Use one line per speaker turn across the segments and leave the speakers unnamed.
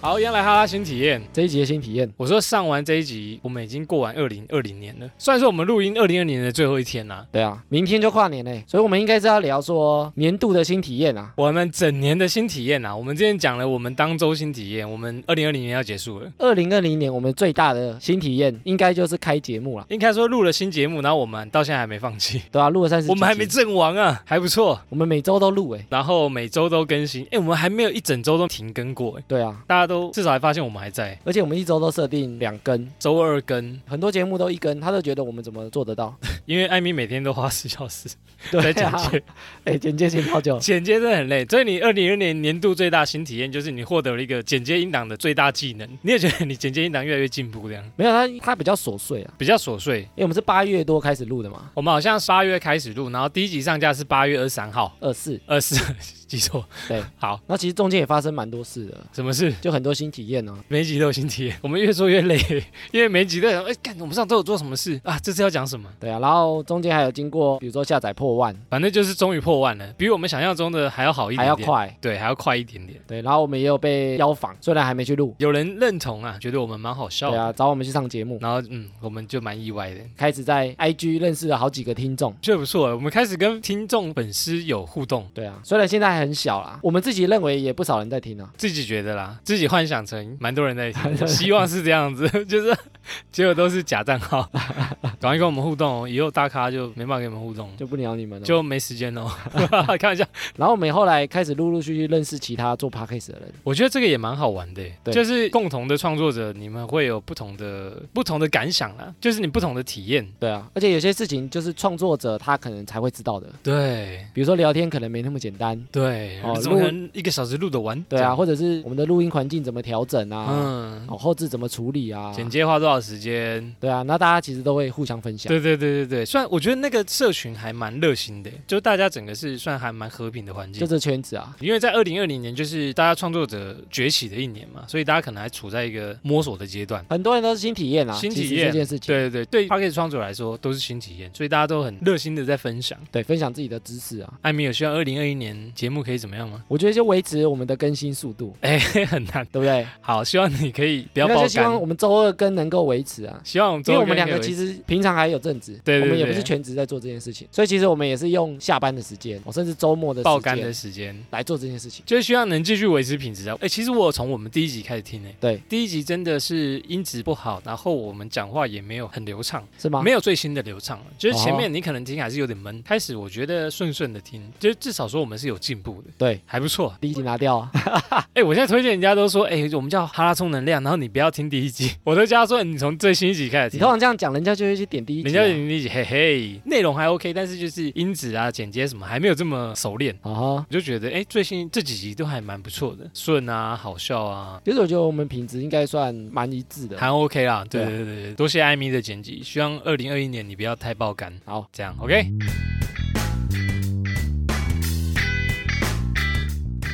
好，原来哈拉新体验。
这一集的新体验，
我说上完这一集，我们已经过完二零二零年了，算是我们录音二零二零年的最后一天啦、
对啊，明天就跨年嘞、所以我们应该是要聊说年度的新体验啊。
我们整年的新体验啊，我们之前讲了我们当周新体验，我们二零二零年要结束了，
二零二零年我们最大的新体验应该就是开节目了，
应该说录了新节目，然后我们到现在还没放弃，
对啊，录了三十，
我们还没，阵亡啊，还不错。
我们每周都录诶、
然后每周都更新，哎，我们还没有一整周都停更过，哎，
对啊，
大家都至少还发现我们还在，
而且我们一周都设定两更，
周二更，
很多节目都一更，他都觉得我们怎么做 得到？
因为艾米每天都花十小时在
对
剪
啊，
接，
哎、剪接剪好久，
剪接真的很累，所以你二零二年年度最大新体验就是你获得了一个剪接音档的最大技能，你也觉得你剪接音档越来越进步，这样
没有他他比较琐碎啊，
比较琐碎。
因为我们是八月多开始录的嘛，
我们好像八月开始录，然后第一集上架是八月二十三号，
二四，
二十记错，
对，
好，
那其实中间也发生蛮多事的，
什么事？
就很多新体验呢、啊。
每一集都有新体验，我们越做越累，因为每一集都想，哎，干，我们上周有做什么事啊？这次要讲什么？
对啊，然后中间还有经过，比如说下载破万，
反正就是终于破万了，比我们想象中的还要好一
还
点
要
点，
快，
对，还要快一点点。
对，然后我们也有被邀访，虽然还没去录，
有人认同啊，觉得我们蛮好笑
对
的，
啊，找我们去上节目，
然后嗯，我们就蛮意外的。
开始在 IG 认识了好几个听众。
这不错，我们开始跟听众粉丝有互动，
对啊，虽然现在还很小啦，我们自己认为也不少人在听啊。
自己觉得啦，自己幻想成蛮多人在 听，希望是这样子， 就是结果都是假账 号，赶快跟我们互动哦，以后大咖就没办法跟我们互动，
就不鸟你们了。就，
就没时间 哦，开玩笑，
然后我们后来开始陆陆续续认识其他做 podcast 的人，
我觉得这个也蛮好玩的耶，
对
就是共同的创作者，你们会有不同的不同的感想啦，就是你不同的体验，
对啊，而且有些事情就是创作者他可能才会知道的，
对
比如说聊天可能没那么简单，
对，
哦
怎么可能一个小时录得完？
对
这
啊，
样，
或者是我们的录音环境怎么调整啊，
嗯，
哦，后置怎么处理啊，
剪接花多少时间？
对啊，那大家其实都会互相分享。
对对对对对，算我觉得那个社群还蛮热心的，就大家整个是算还蛮和平的环
就
境。
这圈子啊，
因为在二零二零年就是大家创作者崛起的一年嘛，所以大家可能还处在一个摸索的阶段。
很多人都是新体验啊，
新
其
体
实
验
这件事情，
对对对，对 p o c a s t 创作者来说都是新体验，所以大家都很热心的在分享。
对，分享自己的知识啊，
艾米有希望二零二一年节目可以怎么样吗？
我觉得就维持我们的更新速度，
哎，很难。
对不对？
好，希望你可以不要
那
爆
就希望
肝。
我们周二更能够维持啊，
希望我们周
因
更
为我们两
可
个
以
其实平常还有正职，
对对
我们也
对
不是全职在做这件事情，所以其实我们也是用下班的时间，我甚至周末的
爆
时
肝的
间
时间。
来做这件事情。
就是希望能继续维持品质啊！哎、其实我有从我们第一集开始听诶、
对，
第一集真的是音质不好，然后我们讲话也没有很流畅，
是吗？
没有最新的流畅了，
哦
就是前面你可能听还是有点闷，开始我觉得顺顺的听，就是至少说我们是有进步的，
对，
还不错。
第一集拿掉啊，
哎、我现在推荐人家都说，哎、我们叫哈拉充能量，然后你不要听第一集， 我都叫他说嗯你从最新一集开始
你
听
通。常这样讲，人家就会去点第一
人
集
家
啊、
就听第一集，嘿嘿，内容还 OK，但是就是音质啊、剪接什么还没有这么熟练，
啊哈。
我就觉得哎、最新这几集都还蛮不错的，顺啊，好笑啊，
其实我觉得我们品质应该算蛮一致的。
还 OK 啦，对
对啊
对对对，多谢艾米的剪辑，希望二零二一年你不要太爆肝。
好，
这样 OK。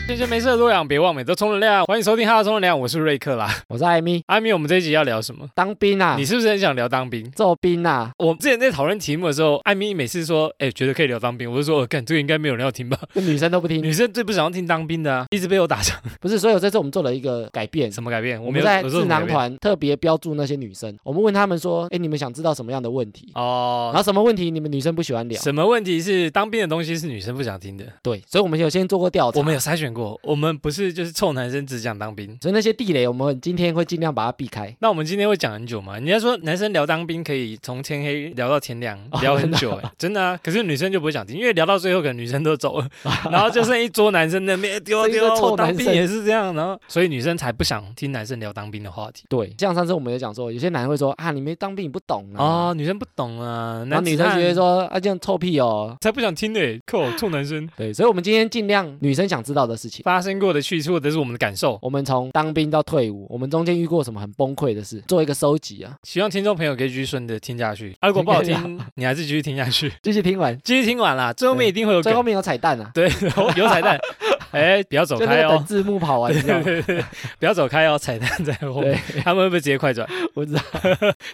闲闲没事的多养，别忘每周充能量。欢迎收听《哈拉充能量》，我是瑞克啦。
我是艾米，
艾米，我们这一集要聊什么？
当兵啊
你，是不是很想聊当兵？
做兵啊，
我之前在讨论题目的时候，艾米每次说：“哎、觉得可以聊当兵。”我就说：“呃干、这个应该没有人要听吧？
那女生都不听。
女生最不想要听当兵的啊，一直被我打枪。
不是，所以我这次我们做了一个改变”。
什么改变？
我
我没
们
有
在
我说
智
什么
囊
改变
团特别标注那些女生，我们问他们说：“哎，你们想知道什么样的问题？然
哦。
后什么问题你们女生不喜欢聊
什么问题是当兵的东西是女生不想听的？？”
对，所以我们有先做过调查，
我们有筛选过，我们不是就是臭男生只想当兵。
所以那些地雷我们今天会尽量把它避开。
那我们今天会讲很久吗？人家说男生聊当兵可以从天黑聊到天亮，
哦
聊很久、欸，真的啊。可是女生就不会想听，因为聊到最后可能女生都走了， 然后就剩一桌男生在那边欸丢啊
剩一
丢
个
啊，
臭
我当
男
兵
生
也是这样，然后所以女生才不想听男生聊当兵的话题。
对，像上次我们有讲说，有些男人会说：“啊，你没当兵，你不懂啊。”
哦，女生不懂啊，
然
那
后女生觉得说：“啊，这样臭屁哦。
才不想听呢、欸，靠，臭男 生”。
对，所以我们今天尽量女生想知道的事情。
发生过的去处，这是我们的感受。
我们从当兵到退伍，我们中间遇过什么很崩溃的事，做一个收集啊，
希望听众朋友可以继续顺着听下去，啊，如果 不好听，你还是继续听下去，
继续听完，
继续听完啦，最后面一定会有
最
梗
后面有彩蛋啊，
对， 有有彩蛋， 哎，不要走
就那
开
个等
哦。
字幕跑完，你
对
知道
对
吗？
对，对不要走开哦，彩蛋在后面，他们会不会直接快转？
我知道，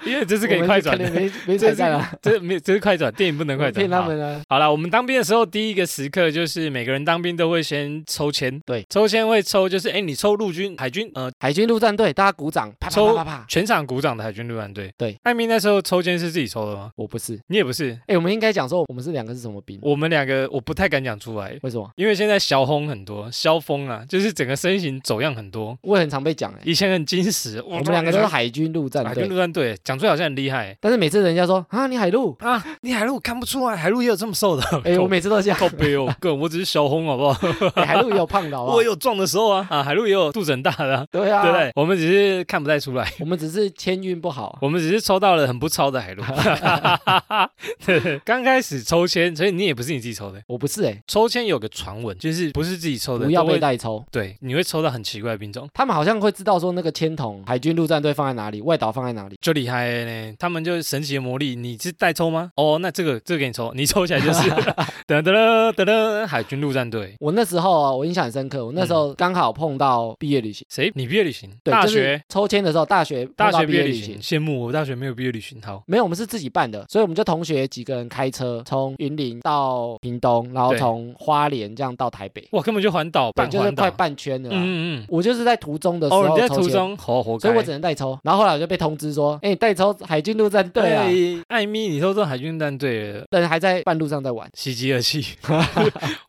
因为这是
这
可以快转
可能
的，
没没彩蛋啊，
这没这是快转，电影不能快转。
骗他
好
们啊。
好了，我们当兵的时候，第一个时刻就是每个人当兵都会先抽签签，
对，
抽签会抽就是哎，你抽陆军、海军，呃，
海军陆战队，大家鼓掌，啪啪
抽
啪啪啪。
全场鼓掌的海军陆战队。
对，
艾米那时候抽签是自己抽的吗？
我不是，
你也不是，
哎，我们应该讲说我们是两个是什么兵？
我们两个我不太敢讲出来，
为什么？
因为现在小红很多，萧峰啊，就是整个身形走样很多。
我也很常被讲哎，
以前很矜持，我
我们两个都是海军陆战
海军
队
陆，战队，讲出来好像很厉害
但是每次人家说啊你海陆，
啊。你海陆看不出来，海陆也哦有这么 瘦的。
哎，我每次都这样，
靠背哦，哥，我只是小红好不 好？
哎海陆也有胖的好不好
我？有壮的时候啊，啊， 海陆也有肚子很大的、啊，
对
对不
啊，
对？我们只是看不太出来，
我们只是签运不好啊，
我们只是抽到了很不超的 海陆。对，刚开始抽签，所以你也不是你自己抽的。
我不是哎，
抽签有个传闻，就是不是自己抽的，
不要
都会
被代抽。
对，你会抽到很奇怪的兵种，
他们好像会知道说那个铅筒，海军陆战队放在哪里，外岛放在哪里。
就厉害呢。他们就神奇的魔力，你是代抽吗？哦，那这个这个给你抽，你 抽起来就是 噔噔噔噔噔，海军陆战队。
我那时候啊，我印象很深刻，我那时候刚好碰到毕业旅行，
谁？你毕业旅行？
对，
嗯大
就是
学？
抽签的时候，大学
大
碰到
学
毕
毕
业
业
旅
旅
行
行？。羡慕我大学没有毕业旅行。好，
没有，我们是自己办的，所以我们就同学几个人开车从云林到屏东，然后
对
从花莲这样到台北，
哇，根本就环岛，
对，
半
就是
环岛。
快半圈了啦。
嗯嗯嗯。
我就是在途中的时
哦，
候
你在
抽
途
签，
中，活活该。
所以我只能代抽。然后后来我就被通知说，哎，你代抽海军陆战队啊，
哎艾米，你都是海军战队了，，
人还在半路上在玩
喜极而泣，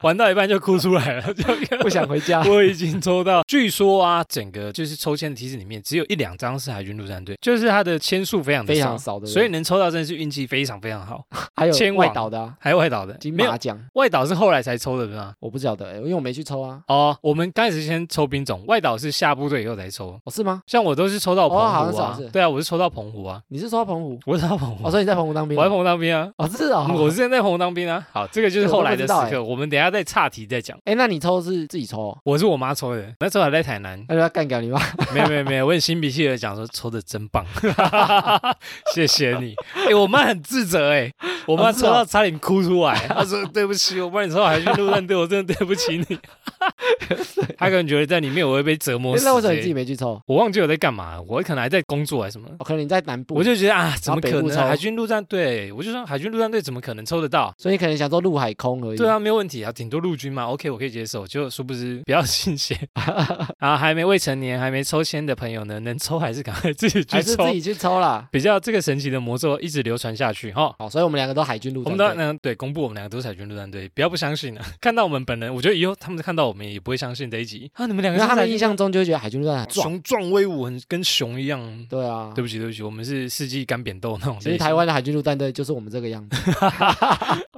玩到一半就哭出来了。就。
不想回家
我已经抽到，据说啊，整个就是抽签的提示里面只有一两张是海军陆战队， 就是它的签数非常的
非
少，
常少的人，
所以能抽到真的是运气非常非常好。
还有
前
外
往
岛的、啊、
还有外岛的
金
没
马
有，
奖，
外岛是后来才抽的，对吗？
我不晓得、欸，因为我没去抽啊。
哦，我们刚开始先抽兵种，外岛是下部队以后才抽。
哦，是吗？
像我都是抽到澎湖
哦好像是
啊
好，像是
对啊，我是抽到澎湖 啊，
你是说澎湖？
我是抽到澎湖
哦，，所以你在澎湖当兵
我在
啊？
澎湖当兵啊，
哦，是哦。
我之前在澎湖当兵啊。好，这个就是
这个
后
我都
来
不
的
知
时
道欸
刻，我们等一下再岔题再讲。
哎，那你抽是自己抽、哦？
我是我妈抽的，那时候还在台南，
那就要干掉你妈！
没有没有没有，我很心平气和地讲说抽的真棒， 谢谢你。哎、我妈很自责哎、我妈
哦是
抽
哦
到差点哭出来，她说对不起，我帮你抽到海军陆战队，我真的对不起 你。她可能觉得在里面我会被折磨
哎
死、
那为什么你自己
欸。
没去抽？
我忘记我在干嘛，我可能还在工作还是什么。
哦，可能你在南部，
我就觉得啊，怎么
北
可
部
能
抽
海军陆战队？我就说海军陆战队怎么可能抽得到？
所以你可能想说陆海空而已。
对，啊，没有问题啊，顶多陆军嘛，OK，我可以接受。就殊不知比较 新鲜啊，还没未成年、还没抽签的朋友呢，能抽还是赶快自己去
还是
抽
自，己去抽啦。
比较这个神奇的魔咒一直流传下去哈。
好，所以我们两个都海军陆
我
战
们当
队。
然对公布我们两个都是海军陆战队，不要不相信啊！ 看到我们本人，我觉得以后他们看到我们也不会相信这一集啊。你们两个
那
是
他
海
们
军
印象中就会觉得海军陆战很壮。
雄壮威武，很跟熊一样。
对啊，
对不起，对不起，我们是世纪干扁豆那种。
其实台，湾的海军陆战队就是我们这个样 子。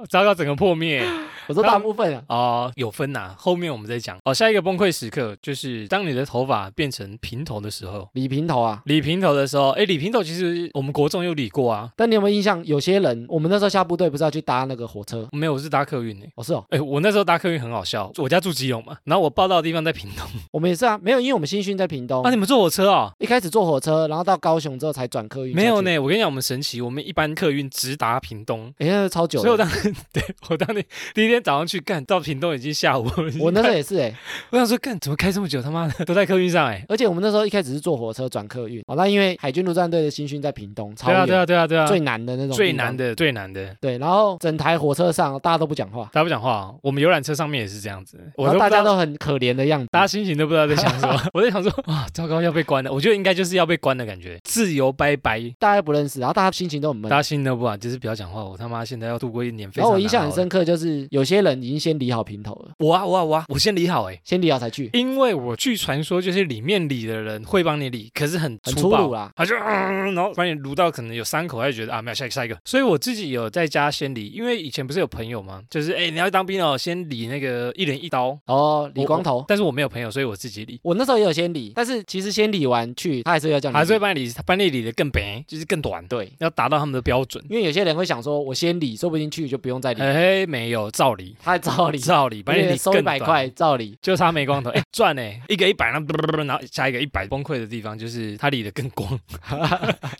糟糕，整个破灭。
我说大部分啊，
哦，有分呐、后面我们再讲。哦，下一个崩溃时刻就是当你的头发变成平头的时候，
理平头啊。
理平头的时候，哎，理平头其实我们国中有理过啊，
但你有没有印象？有些人，我们那时候下部队不是要去搭那个火车？
没有，我是搭客运呢、
哦，是哦，
哎，我那时候搭客运很好笑，我家住基隆嘛，然后我报到的地方在屏东。
我们也是啊，没有，因为我们新训在屏东
啊，，你们坐火车哦？
一开始坐火车，然后到高雄之后才转客运。
没有？呢，我跟你讲，我们神奇，我们一般客运直达屏东，
哎，那超久
所以我
的。
当 对我当天第一天早上去干，到屏东已经下午了。已经
我那时 候
快
也是哎，
我想说干怎么开这么久，他妈的都在客运上哎、
而且我们那时候一开始是坐火车转客运，好，哦那因为海军陆战队的新训在屏东，超
对啊对
远，
啊对啊对啊，
最难的那种，
最难。的最难的。
对，然后整台火车上大家都不讲话，
大家不讲话，哦我们游览车上面也是这样子，我
然
都不
后大
知
家
道。
都很可怜的样子。
大家心情都不知道在想什么， 我在想说，哇，糟糕，要被关了。我觉得应该就是要被关的感觉，自由拜拜。
大家不认识，然后大家心情都很闷
大。家心情都不好，就是不要讲话。我他妈现在要度过一年非
然
常难熬
后我
的。
印象很深刻，就是有些人已经先理好平头了，
我啊我啊我啊，我先理好哎、欸，
先理好才去，
因为我据传说就是里面理的人会帮你理，可是很
很
粗
粗
暴
鲁啦。
他就、嗯，然后把你撸到可能有伤口，他就觉得啊没有下一个下一个，所以我自己有在家先理，因为以前不是有朋友吗？就是哎、欸你要当兵哦，先理那个一人一刀，
哦，理
我
光
我
头。
但是我没有朋友，所以我自己理。
我那时候也有先理，但是其实先理完去，他还是要叫你理，
还是会把你理班里理的更白，就是更短，
对，
要达到他们的标准。
因为有些人会想说，我先理，说不定去就不用再理，
哎，没有，照理，
他照理，
照理，把你
因为
理
收一
更
百
短，
块照理。
就差没光头，哎，赚哎，一个一百，然后啵啵啵啵然后下一个一百，崩溃的地方就是他理的更光，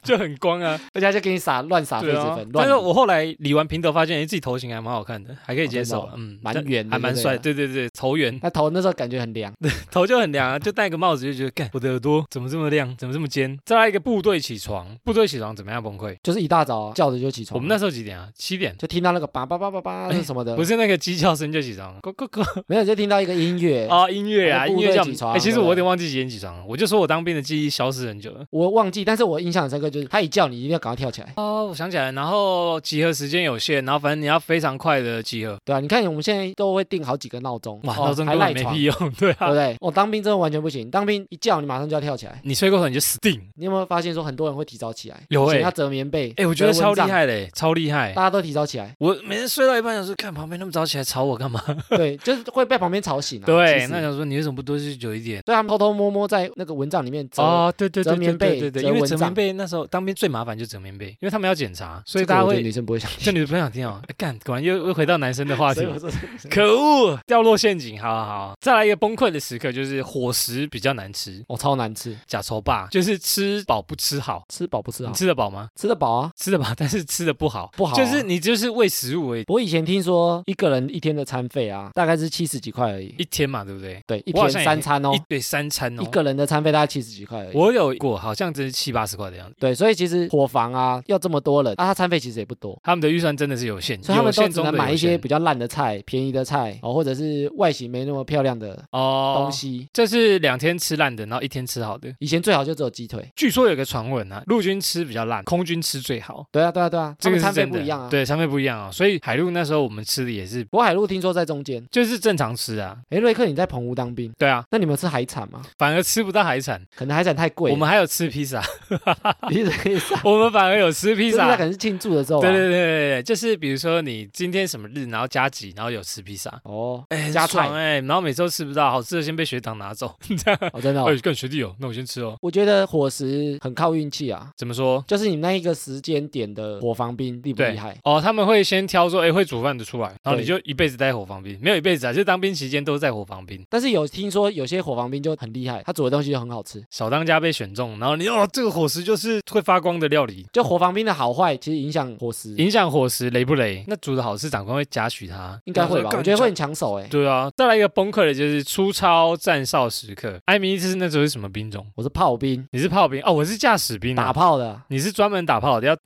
就很光啊，
而且他就给你撒乱撒痱
对
子
啊
粉，。乱
但是
理
我后来理完平头，发现哎，自己头型还蛮好看的，还可以接
哦
受
真的哦，
嗯，
蛮
但
圆的
还蛮
就对
帅，
了
对对对，头圆，
那头那时候感觉很凉，
头就很凉啊，就戴个帽子就觉得，干，我的耳朵怎么这么亮，怎么这么尖？再来一个部队起床，部队起床怎么样崩溃？
就是一大早啊叫着就起床。
我们那时候几点啊？七点。
就听到那个叭叭叭叭叭
哎
是什么的，
不是那个鸡叫声就起床了， 咕咕咕。
没有就听到一个音乐。
哦，音乐啊，
那个
音
部
乐
队
叫
起
我们
床
哎哎，其实
对
我有点忘记几点起床了，我就说我当兵的记忆消失很久了。
我忘记，但是我印象很深刻，就是他一叫你，一定要赶快跳起来，
哦，我想起来，然后集合时间有限，然后反正你要非常快的集合。
对啊，你看我们现在都会定好几个闹钟，
哇，
哦
闹钟
还
根
赖
本没
床，
屁
对
用，对啊
不。对？我、当兵真的完全不行，当兵一叫你马上就要跳起来。
你睡过头你就死定。
你有没有发现说很多人会提早起来？
有
以前
欸
要折棉被，
哎，我觉得
折
超
蚊
厉
帐，
害嘞，超厉害，
大。家都提早起来
我每天睡到一半，想说，看旁边那么早起来吵我干嘛？
对，就是会被旁边吵醒啊。
对，
其
那
实
想说你为什么不多睡久一点？
所以他们偷偷摸摸在那个蚊帐里面折。
哦，对对
折
对对
棉被
对对对，
折
因为
蚊
折
帐
棉被那时候当兵最麻烦就是折棉被，因为他们要检查，所以
这个
大家
我觉得
会
女生不会想听，
这女的不想听哦。哎干，果然又又回到男生的话题
所以。我说
可恶，掉落陷阱！好好好，再来一个崩溃的时刻，就是伙食比较难吃，
我哦超难吃，
假愁吧，就是吃饱不吃好。
吃饱不吃好
你，吃得饱吗？
吃得饱啊。
吃得饱，但是吃得不好，
不好啊
就是你就是为食物而已，
我以前听说一个人一天的餐费啊，大概是七十几块而已，
一天嘛，对不对？
对，一
我好
天
像也
三餐哦
一，对三餐哦，
一个人的餐费大概七十几块而已。
我有过，好像真是七八十块的样子。
对，所以其实伙房啊，要这么多人，啊，他餐费其实也不多，
他们的预算真的是有限，
所以他
有
们都
限
只
中的
能买
有
一些
限
比较烂的菜、便宜的菜，哦，或者是外形没那么漂亮的
哦
东。西。
这是两天吃烂的，然后一天吃好的。
以前最好就只有鸡腿。
据说有个传闻啊，陆军吃比较烂，空军吃最好。
对啊，对啊，对啊，
这个
他们
是
餐费
真
不
的，
一样啊。
对，餐费不一样啊。所以海陆那时候我们吃的也是，
不过海陆听说在中间。
就是正常吃啊。
哎，瑞克，你在澎湖当兵，
对啊，
那你们有吃海产吗？
反而吃不到海产，
可能海产太贵了。
我们还有吃披萨，
你可以上
我们反而有吃披
披萨
萨
可。能是庆祝的时候、啊。
对对对对对，就是比如说你今天什么日，然后加几，然后有吃披萨，
哦，
哎，
加
很爽
菜
哎，然后每次都吃不到，好吃的先被学长拿走。
哦，真的、哦
哎，。干学弟哦，那我先吃哦。
我觉得伙食很靠运气啊，
怎么说？
就是你那一个时间点的伙房兵厉不
对
厉害？
哦，他们会先挑说，哎，会煮饭的出来，然后你
对
就一辈子待伙房兵，没有一辈子啊，就当兵期间都是在伙房兵。
但是有听说有些伙房兵就很厉害，他煮的东西就很好吃。
小当家被选中，然后你哦，这个伙食就是会发光的料理，
就伙房兵的好坏，其实影响伙食，
影响伙食雷不雷？那煮的好吃，长官会嘉许他，
应该会吧？我觉得会很
会。
抢手哎、
对啊，再来一个崩溃的就是出操站哨时刻。哎艾米是那时候是什么兵种？
我是炮兵，
你是炮兵哦，我是驾驶兵、
打
啊。
炮的，
你是专门打炮的， 要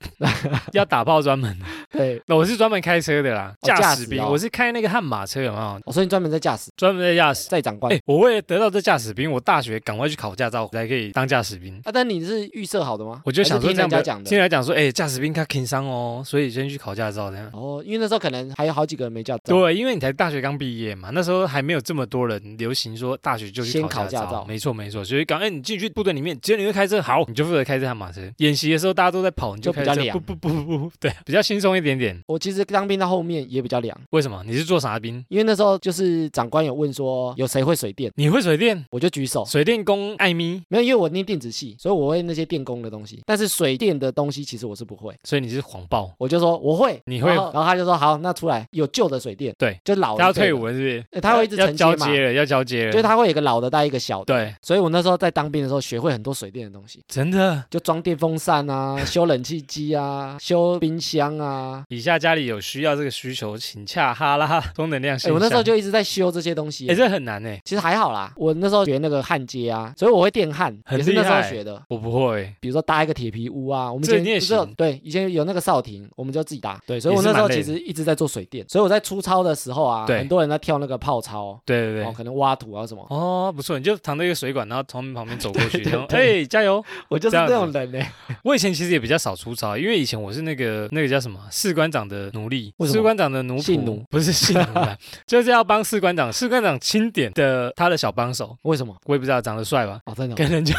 要打炮专门的。
对。
那我是专门开车的啦，
哦驾驶
驾驶兵。
哦
我是开那个悍马车，有没有？
我说你专门在驾驶，
专门在驾驶。
在长官。
哎，我为了得到这驾驶兵，我大学赶快去考驾照，才可以当驾驶兵。
啊，但你是预设好的吗？
我就想
还是
说
听
这样
人
不
家
要，
讲
听人
的。
家讲说，哎、驾驶兵他轻伤哦，所以先去考驾照这样。
哦，因为那时候可能还有好几个人没驾照。
对，因为你才大学刚毕业嘛，那时候还没有这么多人流行说大学就去
先考
驾
驾照
没错没错，所以刚哎、你进去部队里面，只有你会开车，好，你就负责开这悍马车。演习的时候大家都在跑，你
就
开
比较
车，
凉
不不不不不，对，比较轻松一点点。
我其实当兵到后面也比较凉，
为什么？你是做啥兵？
因为那时候就是长官有问说有谁会水电，
你会水电？
我就举手。
水电工艾咪，
没有，因为我念电子系，所以我会那些电工的东西，但是水电的东西其实我是不会。
所以你是谎报，
我就说我会，
你会
然后然后他就说好，那出来有旧的水电，
对，
就老的
他要退
这个
伍，了是不是？
呃他会一直
要
承接
交
嘛，
接了，要交接了，
就是他会有一个老的带一个小的，
对，
所以我那时候在当兵的时候学会很多水电的东西，
真的。
就装电风扇啊，修冷气机啊，修冰箱啊。
以下家里有需要这个需求，请洽哈拉充能量
哎，
信
我
箱。
那时候就一直在修这些东西
哎、。这很难哎、
其实还好啦，我那时候学那个焊接啊，所以我会电焊，
很
也是那时
厉害
候学的。
我不会，
比如说搭一个铁皮屋啊，我们以
这
前
你也
不是有
行
对以前有那个哨亭，我们就自己搭。对，所以
也
我
是
那时候
蛮累
其
的
实一直在做水电，所以我在出操的时候啊，
对
很多人在跳那个泡操，
对对对。
哦，
哦
可能挖土啊 什么，
不错，你就躺在一个水管，然后从旁边走过 去，
对对
然后哎、
对
加油！
我就是
这样
这
子
种人呢、
我以前其实也比较少出操，因为以前我是那个那个叫什么士官长的奴隶，
为什么
士官长的奴
性
仆
奴，
不是性奴 啦，就是要帮士官长，士官长钦点的他的小帮手，
为什么？
我也不知道长得帅吧，
哦，真的
可能就！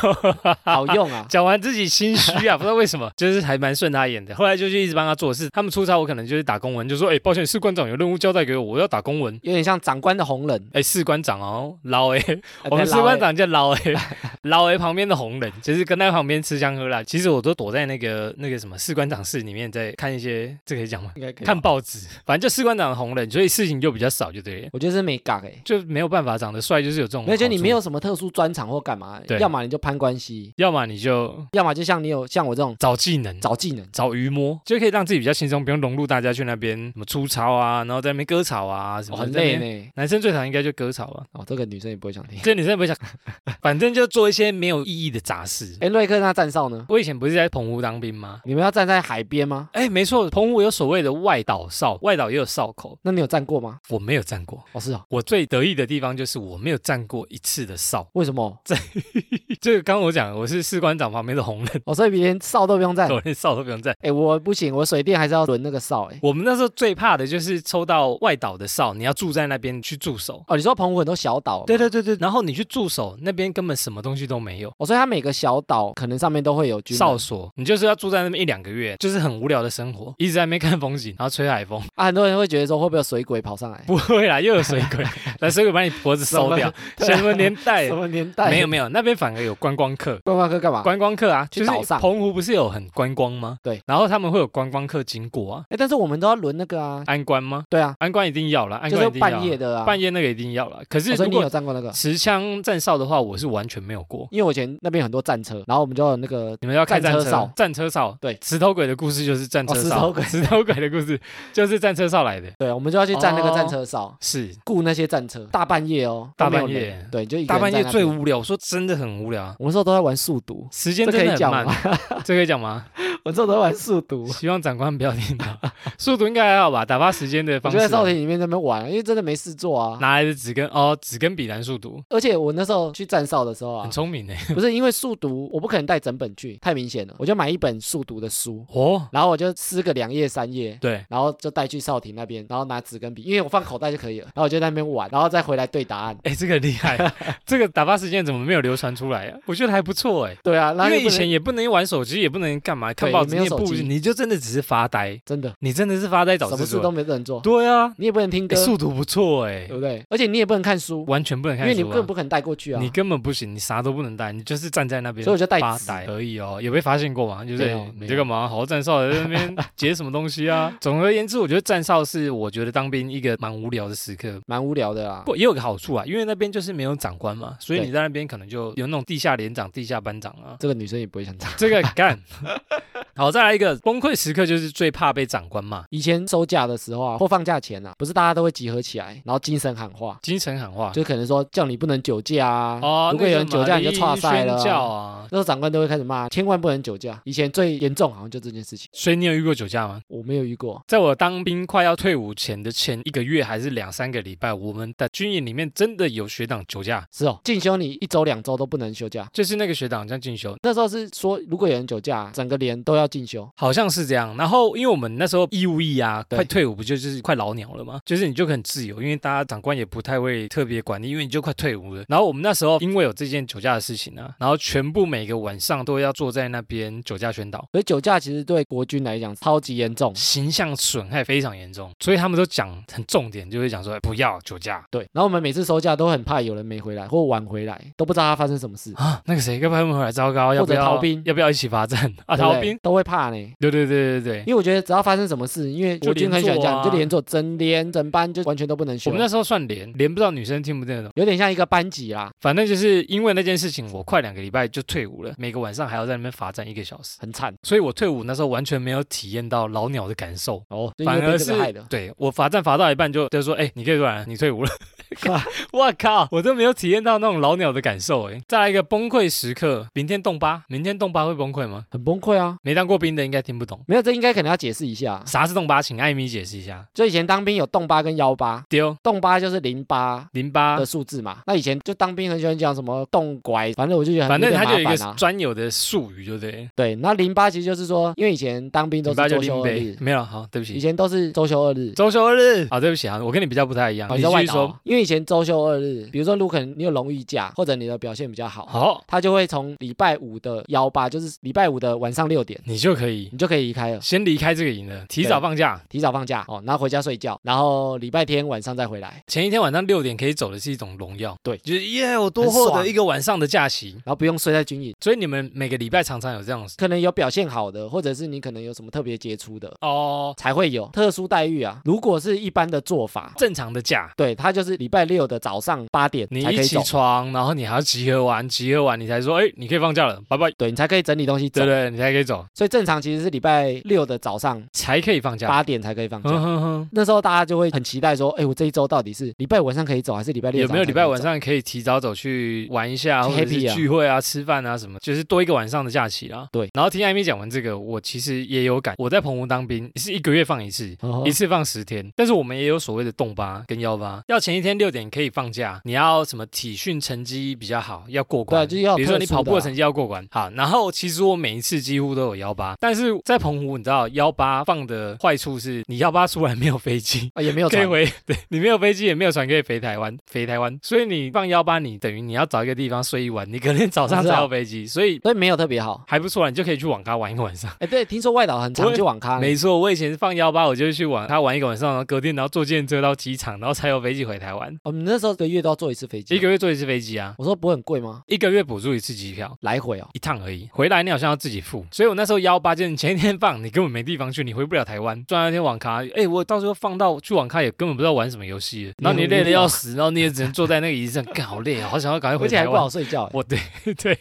好用啊
讲完自己心虚 啊，不知道为什么，就是还蛮顺他演的。后来就去一直帮他做事，他们出差我可能就是打公文，就说哎、抱歉，士官长有任务交代给我，我要打公文。
有点像长官的红人，
哎，士官长哦，老哎，
呃
我们
在
士
捞
官
欸
长叫老哎， 老哎旁边的红人，就是跟在旁边吃香喝辣。其实我都躲在那个那个什么士官长室里面，在看一些，这可以讲吗？
应该可以吧。啊
看报纸，反正就士官长的红人，所以事情就比较少，就对了，
我觉得是没嘎哎、
就没有办法长得帅，嗯就是有这种。
没有，就你没有，什么特殊专长或干嘛欸
对，
要么你就攀关系，
要么你就
要么就像你有像我这种
找技能，
找技能。哦
找鱼摸，就可以让自己比较轻松，不用融入大家去那边什么粗糙啊，然后在那边割草啊什
哦、
么的、
很
在那
累
边
呢，
男生最常应该就割草吧，
哦，这个女生也不会想听。
这女生也不会想， 反正就做一些没有意义的杂事。
哎，瑞克那站哨呢？
我以前不是在澎湖当兵吗？
你们要站在海边吗？
哎，没错，澎湖有所谓的外岛哨，外岛也有哨口，
那你有站过吗？
我没有站过。
哦，是哦，
我最得意的地方就是我没有站过一次的哨。
为什么？
这个刚刚我讲，我是士官长旁边的红 人，
哦，所以连哨都不用站。
我连哨都不用站。
哎，我不行，我水电还是要轮那个哨。哎，
我们那时候最怕的就是抽到外岛的哨，你要住在那边去驻守。
哦，你说澎湖很多小岛，
对对对对，然后你去驻守那边根本什么东西都没有，
哦，所以它每个小岛可能上面都会有军人
哨所，你就是要住在那边一两个月，就是很无聊的生活，一直在那边看风景，然后吹海风。
啊，很多人会觉得说会不会有水鬼跑上来？
不会啦，又有水 鬼，来水鬼把你脖子烧掉，什么年代
什？么年代？
哎没有没有，那边反而有观光客。
观光客干嘛？
观光客啊，
去
就是
岛上
澎湖不是有很观光吗？
对，
然后他们会有观光客经过啊，
哎，但是我们都要轮那个啊，
安官吗？
对啊，
安官一定要了，安
就
官
是
一定要啦
半夜的啊，
半夜那个一定要了。可是
哦所
如
以你有
果
站过那个？
持枪站哨的话，我是完全没有过。
因为我以前那边很多战车，然后我们就有那个
你们要开战
战车
车
哨，
战车哨，
对
石头鬼的故事就是战车
哦石
哨，
头鬼
石头鬼的故事 就是战车哨来的，
对，我们就要去站那个
哦
战车哨，
是
雇那些战车，大半夜哦，
大
都没有
半夜
人对，就一个
大
人
半夜
在那
最
边
无聊，我说真的很无聊啊，
我那时候都在玩速读，
时间
这可
真
以
的
讲
很
吗？
慢，这可以讲吗？
我那时候都在玩速 读，
希望长官不要听到，速度应该还好吧，打发时间的
我
方式
就在
啊。
少田里面在那边玩，因为真的没事做啊。
拿来的纸跟哦纸跟笔蓝速读，
而且我那时候去站哨的时候啊
很，聪明呢。欸
不是因为速读，我不可能带整本去，太明显了，我就买一本速读的书，
哦，
然后我就撕个两页三页。
对，
然后就带去少廷那边，然后拿纸跟笔，因为我放口袋就可以了。然后我就在那边玩，然后再回来对答案。
哎，这个很厉 害，这个打发时间怎么没有流传出来啊？我觉得还不错哎，
对啊，然后
因为
又不
以
能
前也不能玩手机，也不能干嘛看
对
报纸，
没
你
有
也
手
不
机
你就真的只是发呆，
真的
你真的是发呆找
什么
事
事
做
都。没人做，
对啊，
你也不能听歌
欸，速度不错哎
对，不对？而且你也不能看书，
完全不能
因
看
为你
书
根
啊
本不可能带过去啊
你。根本不行，你啥都不能带，你就是站在那边
所以我就带
发
纸
呆而已哦。有被发现过吗？就是
没有
欸
没
你
有
这干嘛？好好站哨在那边截什么东西 啊？总而言之，我觉得站哨是我觉得当兵一个蛮无聊的时刻。
蛮无聊的啦
不。过也有个好处啊，因为那边就是没有长官嘛，所以
嗯对
你在那边可能就有那种地下连长、地下班长啊。
这个女生也不会想这样。
这个 干好，再来一个崩溃时刻，就是最怕被长官骂，
以前收假的时候啊，或放假前啊，不是大家都会集合起来，然后精神喊话，
精神喊话。
就可能说叫你不能酒驾啊。
哦，
如果有人
那个
酒驾，你就
马英
岔赛了
宣教
啊。
啊。
那时候长官都会开始骂，千万不能酒驾。以前最严重好像就这件事情，
所以你有遇过酒驾吗？
我没有遇过。
在我当兵快要退伍前的前一个月还是两三个礼拜，我们的军营里面真的有学长酒驾，
是哦，进修你一周两周都不能休假。
就是那个学长这样进修。
那时候是说，如果有人酒驾，整个连都要进修。
好像是这样，然后因为我们那时候义务役啊，
对
快退伍不就就是快老鸟了吗？就是你就很自由，因为大家长官也不太会特别管你，因为你就快退伍了。然后我们那时候因为有这件酒驾的事情啊，然后全部每个晚上都要坐在那边酒驾宣导，
所以酒驾其实对国军来讲超级严重。
形象损害非常严重，所以他们都讲很重点，就会讲说哎不要酒驾，
对，然后我们每次收假都很怕有人没回来或晚回来，都不知道他发生什么事，
啊，那个谁，要不要他们回来？糟糕，要
或
不
者
要
逃兵
要不要一起罚站啊？
对
逃
不对
兵？
都会怕呢。
对对对对对。
因为我觉得只要发生什么事，因为
就
国军很喜欢这样，
连坐啊
就连坐整连整班就完全都不能
我
休
们，那时候算连连，不知道女生听不听得懂。
有点像一个班级啦，
反正就是因为那件事情，我快两个礼拜就退伍了，每个晚上还要在那边罚站一个小时，
很惨
所以我退伍那时候完全没有体验到老鸟的感受，
哦，就因
反
为
而
被这
是
个害的。
对我罚站罚到一半就就说，哎、你退伍了，哎你退 伍了。 我靠，我都没有体验到那种老鸟的感受哎。再来一个崩溃时刻，明天动八，明天动八会崩溃吗？
很崩溃啊。
没当过兵的应该听不懂。
没有，这应该可能要解释一下。
啥是动八？请艾米解释一下。
就以前当兵有动八跟幺八，
丢
动八就是零八
零八
的，数字嘛。那以前就当兵很喜欢讲什么动拐，反正我就觉得很
反正它就有一
有
个
点麻烦啊。
专有的术语，对不对？
对，那零八其实就是说，因为以前当兵都
零
是
八就
周休
零
二
呗
日，，
没有好，对不
以
起，
前都是周休二日。
周休二日。好，对不起啊，我跟你比较不太一样，
哦
你
你在
继
外
续
岛
说
啊。，因为以前周休二日，比如说如果你有荣誉假，或者你的表现比较好，
好，
他就会从礼拜五的幺八，就是礼拜五的晚上六点，
你就可以
你就可以离开了，
先离开这个营了，提早放假。
提早放假哦，然后回家睡觉，然后礼拜天晚上再回来，
前一天晚上六点可以走的是一种荣耀，
对
就是耶，我多
很
获
爽
得一个晚上的假期。
然后不用睡在军营。
所以你们每个礼拜常常有这样
可能有表现好的，或者是你可能有什么特别杰出的，
哦，
才会有特殊待遇啊。如果是一般的做法，
正常的假。
对他就是礼礼拜六的早上八点
你
才可
一
以
起
走，
床，然后你还要集合完，集合完你才说，哎，你可以放假了，拜拜，
对你才可以整理东西走
对。对，你才可以走，
所以正常其实是礼拜六的早上
才可以放假。
八点才可以放假。
嗯哼哼哼，
那时候大家就会很期待说，哎，我这一周到底是礼拜晚上可以走，还是礼拜六？
有没有礼拜晚？上可以提早走去玩一下，
去
或者
happy
是
啊
聚会啊、吃饭啊什么，就是多一个晚上的假期啦。
对
然后听艾米讲完这个，我其实也有感，我在澎湖当兵是一个月放一次。
哦
一次放十天，但是我们也有所谓的动八跟幺八，要前一天六点可以放假，你要什么体训成绩比较好，要过关，
对啊就是要有
比如说
特
你
殊的啊
跑步的成绩要过关。好，然后其实我每一次几乎都有幺八，但是在澎湖你知道幺八放的坏处是你幺八出来没有飞机，
啊也没有
可以
船，
回， 对你没有飞机也没有船可以飞台湾，飞台湾，所以你放幺八，你等于你要找一个地方睡一晚，你可能早上
我知道
才有飞机，所以
所以没有特别好。
还不错啦，啊你就可以去网咖玩一个晚上。
哎，对，听说外岛很
我
常
也
去网咖呢，
没错，我以前放幺八，我就去网咖玩一个晚上，然后隔天然后坐电车到机场，然后才有飞机回台湾，
我们哦那时候一个月都要坐一次飞
一
机。
个月坐一次飞机啊，
我说不会很贵吗？
一个月补助一次机票。
来回哦，
一趟而已，回来你好像要自己付，所以我那时候幺八就是你前一天放，你根本没地方去，你回不了台湾，转了一天网咖，哎，我到时候放到去网咖也根本不知道玩什么游戏了，然后你累得要死，然后你也只能坐在那个椅子上， 干好累啊，好想要赶快
啊而
回
且还
台
不
湾
好。睡觉。哎
我 对对，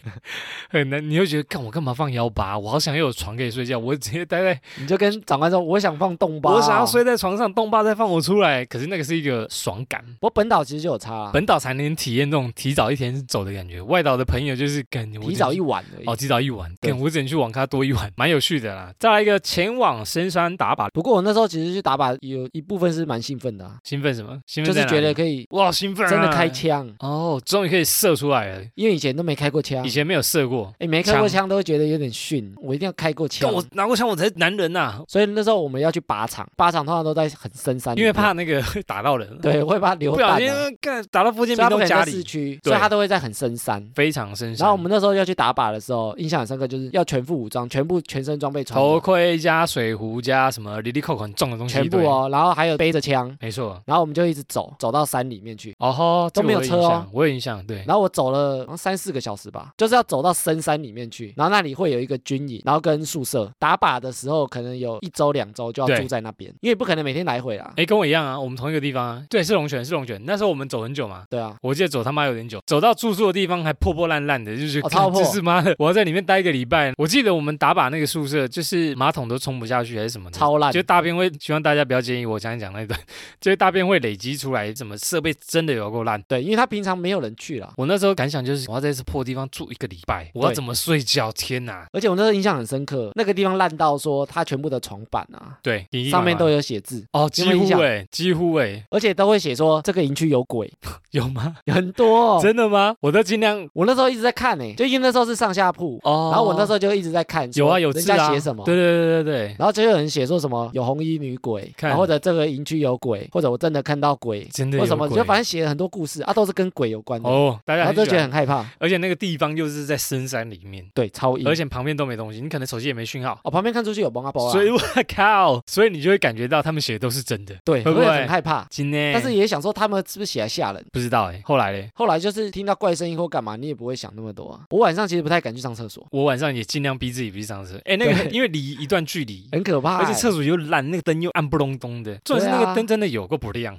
很难，你会觉得，干我干嘛放幺八？我好想要有床可以睡觉，我直接待在，
你就跟长官说，我想放洞吧，
我想要。睡在床上，冻爸再放我出来。可是那个是一个爽感，
不过本岛其实就有差啦，
本岛才能体验这种提早一天走的感觉。外岛的朋友就是感觉
提早一晚而已。
哦，提早一晚，
对
跟我只能去网咖多一晚，蛮有趣的啦。再来一个前往深山打靶，
不过我那时候其实去打靶，有一部分是蛮兴奋的啊、
兴奋什么？兴
就
奋在
是
哪
觉得
里
可以
哇，兴奋、啊，
真的开枪，
哦，终于可以射出来了，
因为以前都没开过枪
以，前没有射过。
哎，没开过
枪
枪都会觉得有点逊，我嗯一定要开过
跟
枪。
我拿过枪，我才是男人呐、
所以那时候我们要去靶场，靶场通常都在很深山里
因为
面，
怕那个 打到人。
对会怕流
不小
弹、
心
啊，
干打到附
所
近
以他
民众
不可能
家
在市
里，
区，
对
所以他都会在很深山。
非常深山。
然后我们那时候要去打靶的时候，印象很深刻，就是要全副武装，全部全身装备穿着，
头盔加水壶加什么里里扣扣很重的东西，
全部，哦，然后还有背着枪，
没错。
然后我们就一直走，走到山里面去。
哦吼，这
都没有
个我
车哦
印象我有印象，对，
然后我走了好像三四个小时吧，就是要走到深山里面去，然后那里会有一个军营，然后跟宿舍。打靶的时候，可能有一周两周就要
对
住在那边，因为不可能每天来回啦。
哎，跟我一样啊，我们同一个地方啊，对，是龙泉，是龙泉。那时候我们走很久嘛，
对啊，
我记得走他妈有点久，走到住宿的地方还破破烂烂的，就是、
哦超破
就是妈的，我要在里面待一个礼拜。我记得我们打靶那个宿舍，就是马桶都冲不下去还是什么的。
超烂
就。大便会，希望大家不要介意我讲一讲那一段， 就是大便会累积出来，怎么设备真的有够烂。
对，因为他平常没有人去啦。
我那时候感想就是，我要在这破地方住一个礼拜，我要
对
怎么睡觉？天哪！
而且我那时候印象很深刻，那个地方烂到说他全部的床板啊，
对，你
上面都有写字，
哦，几
有没有印
乎
象
哎、几乎哎、
而且都会写说这个营区有鬼，
有吗？
很多、哦。
真的吗？我都尽量
我那时候一直在看呢、欸就因为那时候是上下铺，
哦。
然后我那时候就一直在看，
有啊有
人
字
家
啊，
写什么。
对对对对对，
然后就有人写说什么有红衣女鬼，
看
然后或者这个营区有鬼，或者我真的看到鬼，
真的
或
有
什么，
鬼
就反正写了很多故事啊，都是跟鬼有关的，
哦，大
然
家很
后就
喜
觉得
欢，
很害怕。
而且那个地方又是在深山里面。
对，超阴。
而且旁边都没东西，你可能手机也没讯号，
我、旁边看出去有蒙阿波啊
所，以我靠，所以你就会感觉到他们写的都是真的。
对，
会
我
不会哎
也很害怕，
今天，
但是也想说他们是不是写来吓人。
不知道哎、后来嘞，
后来就是听到怪声音或干嘛，你也不会想那么多啊。我晚上其实不太敢去上厕所，
我晚上也尽量逼自己不去上车。哎、那个
对
因为离一段距离。
很可怕欸、
而且厕所又烂，那个灯又暗不隆咚的，重点是
对啊
那个灯真的有够不亮，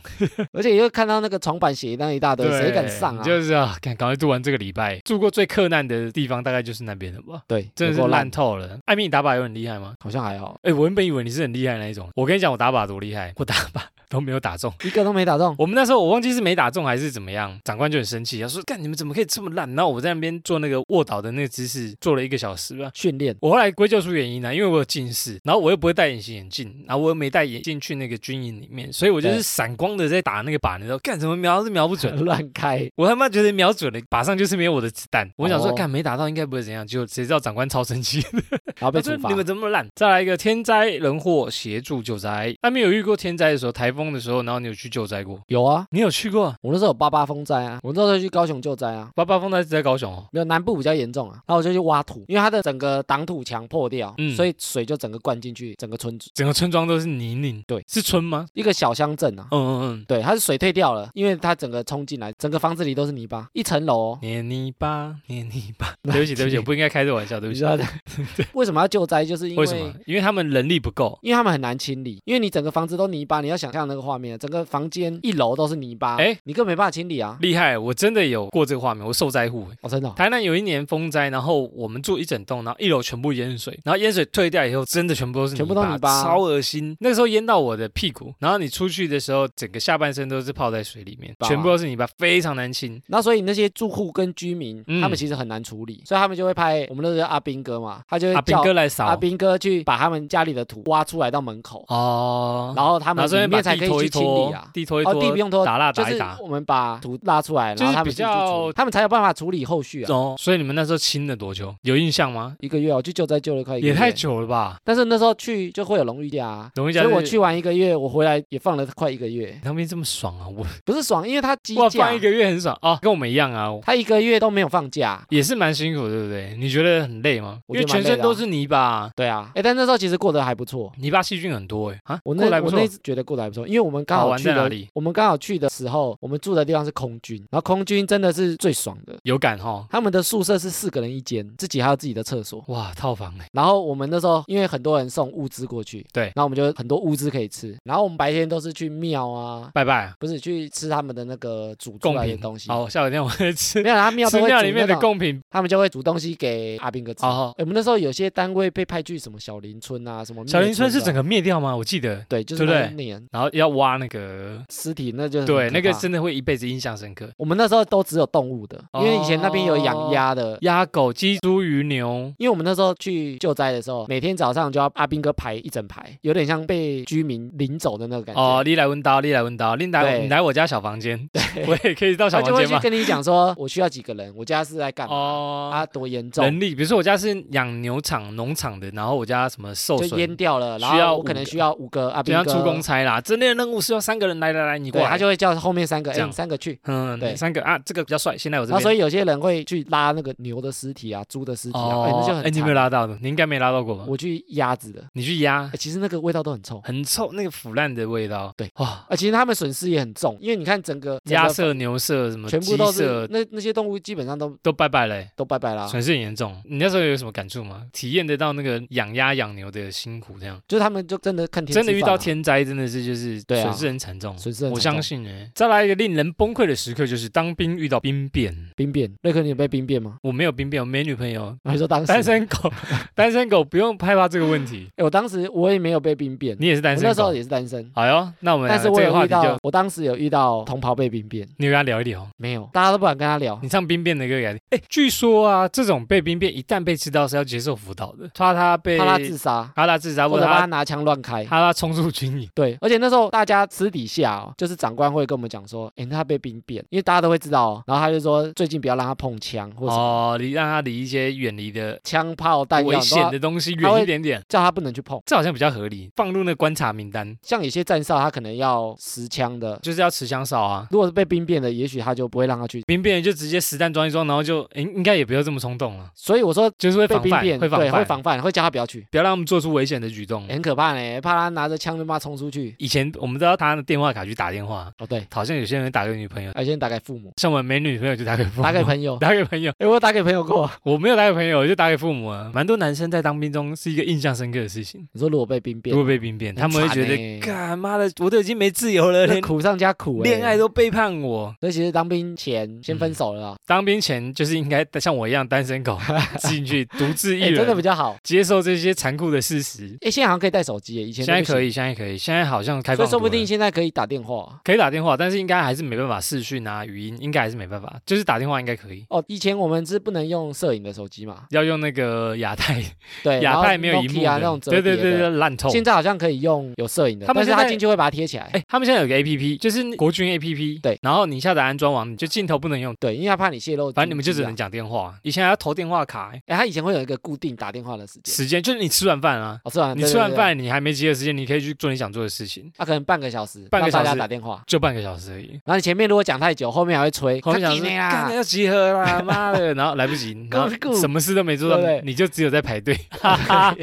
而且又看到那个床板写那一大堆，谁敢上啊？
就是啊，赶赶快度完这个礼拜，住过最克难的地方大概就是那边了吧，
对，
真的
有
是
够
烂，透了。艾米，你打靶有很厉害吗？
好像还好，
哎，我原本以为你是很厉害的那一种，我跟你讲，我打靶多厉害，我打靶都没有打中。
一个都没打中。
我们那时候我忘记是没打中还是怎么样，长官就很生气，他说：“干你们怎么可以这么烂？”然后我在那边做那个卧倒的那个姿势，做了一个小时吧。
训练
我后来归咎出原因啊呢、因为我有近视，然后我又不会戴隐形眼镜，然后我又没戴眼镜去那个军营里面，所以我就是
对
闪光的在打那个靶，你知道干什么瞄是瞄不准。
乱开，
我他妈觉得瞄准了，靶上就是没有我的子弹。我想说，
哦
干没打到应该不会怎样，结果谁知道长官超生 气，
然后被
他说
处罚
啊你。们怎么那么烂？再来一个天灾人祸协助救灾。他们有遇过天灾的时候，台风的时候，然后你有去救灾过？
有啊，
你有去过？
我那时候有八八风灾啊，我那时候去高雄救灾啊，
八八风灾是在高雄哦。
没有南部比较严重啊，然后我就去挖土，因为它的整个挡土墙破掉，
嗯
所以水就整个灌进去整个村子，
整个村庄都是泥泞，
对，
是村吗？
一个小乡镇啊。
嗯嗯
对，它是水退掉了，因为它整个冲进来，整个房子里都是泥巴，一层楼、哦
嗯，。捏泥巴，捏泥 巴。对不起，对不起，我不应该开这个玩笑， 对不
你
起
知。道的， 为什么要救灾？就是因为
为什么？因为他们人力不够。
因为他们很难清理，因为你整个房子都泥巴，你要想象那个画面，整个房间一楼都是泥巴，
哎
你根本没办法清理啊！
厉害，我真的有过这个画面，我受灾户。
哦，真的哦、
台南有一年风灾，然后我们住一整栋，然后一楼全部淹水，然后淹水退掉以后，真的全部都是泥巴
全部都泥巴
超恶心。那时候淹到我的屁股，然后你出去的时候，整个下半身都是泡在水里面，
吧
全部都是泥巴，非常难清。
那所以那些住户跟居民，
嗯
他们其实很难处理，所以他们就会派我们那个阿兵哥嘛，他就
阿
会
斌
叫
哥来扫
阿兵哥去把他们家里的土挖出来到门口，
哦，
然后他
然
们
后顺
啊里
便把
面
地
才可以
拖一
去清理
拖
啊，。
地拖一
哦
拖，
地不用拖
打蜡
就
打一
是哦
打。
我们把土拉出来，
就是
然后他们
比
自己去处
较
理，他们才有办法处理后续啊。
哦，所以你们那时候清了多久？有印象吗？
一个月哦，就救灾救了快一个月，
也太久了吧！
但是那时候去就会有荣誉假啊，
荣誉假
所以我
是
去玩一个月，我回来也放了快一 个月，
当兵这么爽啊！我
不是爽，因为他机
哇，
假
放一，个月很爽啊，跟我们一样啊，
他一个月都没有放假。
也是蛮辛苦，对不对？你觉得很累吗？
我
因
觉
为
得
全
蛮累的啊
身都是泥巴，
对啊，哎，但那时候其实过得还不错。
泥巴细菌很多哎啊，
我
过来
那
不
我
错
那一次觉得过得还不错，因为我们刚
好
好
玩
去
在哪
的
里，
我们刚好去的时候，我们住的地方是空军，然后空军真的是最爽的。
有感哈。
他们的宿舍是四个人一间，自己还有自己的厕所。
哇，套房哎，
然后我们那时候因为很多人送物资过去，
对
然后我们就很多物资可以吃。然后我们白天都是去庙啊，
拜拜啊，
不是去吃他们的那个煮出
贡
来的
品
东西。
好，下午一天我会吃
没有，他庙
吃
都会
庙
煮
里面
那
的
种
贡品
他们就会煮东西给阿兵哥吃。
哦。
欸我们那时候有些单位被派去什么小林村啊，什么
小林村
村
是整
个
个灭掉吗？我记得，
对，就是
对不
那
对
年
然后要挖那个，
尸体，那就是很
对，
可
那个
怕
真的会一辈子印象深刻。
我们那时候都只有动物的，因为以前那边有
哦
养鸭的。
鸭、狗、鸡、猪、鱼、牛，
因为我们那时候去救灾的时候，每天早上就要阿兵哥排一整排，有点像被居民领走的那个感觉。
哦，你来问刀，你来问刀，你来
对
你来我家小房间， 我也可以到小
他就
房
会
间
去
吗？
跟你讲说， 我需要几个人，我家是在干嘛，
哦，
啊，多严重，
人力，比如说我家是养牛场、农场的，然后我家什么受
就淹
损，
掉了，然
需要
后
五
我可能
个
需要五个阿
就
兵
像
哥
出公，差啦，这类的任务是要三个人来来来，你过
对，
来，
他就会叫后面三个，
这
哎，
样
你三个去，
嗯，
对
三个啊，这个比较帅，先来我这
然后所
边。
以有些人会去拉那个牛的尸体啊、猪的尸体啊，哎、那就
哦，哎，
很
你有
惨。
没有拉到的？你应该没拉到过吧？
我去鸭子的、
你去压
哎，其实那个味道都很臭，
很臭，那个腐烂的味道。
对，
哇，
啊，其实他们损失也很重，因为你看整个
鸭。
整个
舍、牛舍什么，
全
鸡
部都
舍
是那那些动物，基本上都
都拜拜嘞，
都拜拜啦。
损失很严重。你那时候有什么感触吗？体验得到那个养鸭养牛的辛苦，这样
就是他们就真的看天吃
真的遇到
饭啊，
天灾，真的是就是
对啊
损失很惨重。
损失很
我
惨
相
重
信哎、再来一个令人崩溃的时刻，就是当兵遇到兵变。
兵变。瑞克，你有被兵变吗？
我没有兵变，我没女朋友，
还说当时
单？身 狗，单身狗不用害怕这个问题。
哎，我当时我也没有被兵变，
你也是单
我
身
那时候
狗，
也是单身，
好哟。那我们
但
两
是
个
我
这个
有
话
遇
题就
到，我当时有遇到同袍被兵变，
你有跟他聊一聊。
没有，大家都不敢跟他聊
你。唱兵变的歌给他听。哎，据说啊，这种被兵变一旦被知道是要接受辅导的，怕他被
怕他自杀，
怕他自杀，
或
或
者
者
把他
他
拿枪乱开。
怕他冲入军营。
对，而且那时候大家私底下、哦，就是长官会跟我们讲说，诶，那他被兵变，因为大家都会知道、哦，然后他就说最近不要让他碰枪或者什么
哦，你让他离一些远离的
枪炮弹药，
危
你都
险
要
的东西
他
远
会
一点点，
叫他不能去碰。
这好像比较合理。放入那观察名单，
像有些战哨，他可能要持枪的，
就是要持枪哨啊。
如果是被兵变的，也许他就不会让他去。
兵变就直接实弹装一装，然后就应应该也不要这么冲动了，
所以我说
就是会
被
防
兵
范，
变，
会防
对，
范，嗯
会防范，会叫他不要去，
不要让他们做出危险的举动
诶。很可怕呢，怕他拿着枪就骂冲出去。
以前我们都要他的电话卡去打电话，
哦，对，
好像有些人打给女朋友，
而且打给父母，
像我没女朋友就打给父母，
打给朋友
。打给朋友，
诶，我有打给朋友过。
我没有打给朋友，我就打给父母啊。蛮多男生在当兵中是一个印象深刻的事情。
你说如果被兵
如
变
果，被兵变，他们会觉得，
很惨欸
干妈的，我都已经没自由了，
那
连
苦上加苦、诶
恋爱都背叛我。
所以其实当兵前先分手了啦，哦
当兵前就是应该像我一样单身 狗进去独自一
诶哎真的比
人，
较好。哎
接受这些残酷的事实。
诶，现在好像可以带手机耶，以前
现
都
在
不行
可，以，现在可以，现在好像开
所
放多了，
以说不定现在可以打电话。
可以打电话，但是应该还是没办法视讯啊，语音应该还是没办法，就是打电话应该可以，
哦，以前我们是不能用摄影的手机嘛，
要用那个亚 太，
对，
亚太
哎然后
没有荧幕
Nokia 那
的
种，折
对
叠
对
的。
对对，烂透。
现在好像可以用有摄影的，
他们
但是
现
它
在
进去会把它贴起来。
哎，他们现在有个 A P P，就是国军 A P P，
对，
然后你下载安装网，你就镜头不能用，
对，因为他怕你泄露、啊
反正你们就只能。讲电话。以前还要投电话卡，哎
哎，他以前会有一个固定打电话的时间。
时间就是你吃完饭啊，
哦，吃完
你
对
吃
对
完
对
饭你还没集合时间，你可以去做你想做的事情，
他可能半个小时，
半个
让大
小
家
时
打电话。
就半个小时而已。
然后你前面如果讲太久，后面还会催。
后面想
赶
说，
紧
干啊
啦，
要集合 啦，妈的，然后来不及，然
够
后
够
什么事都没做到
对不，对
你就只有在排队， 哈哈，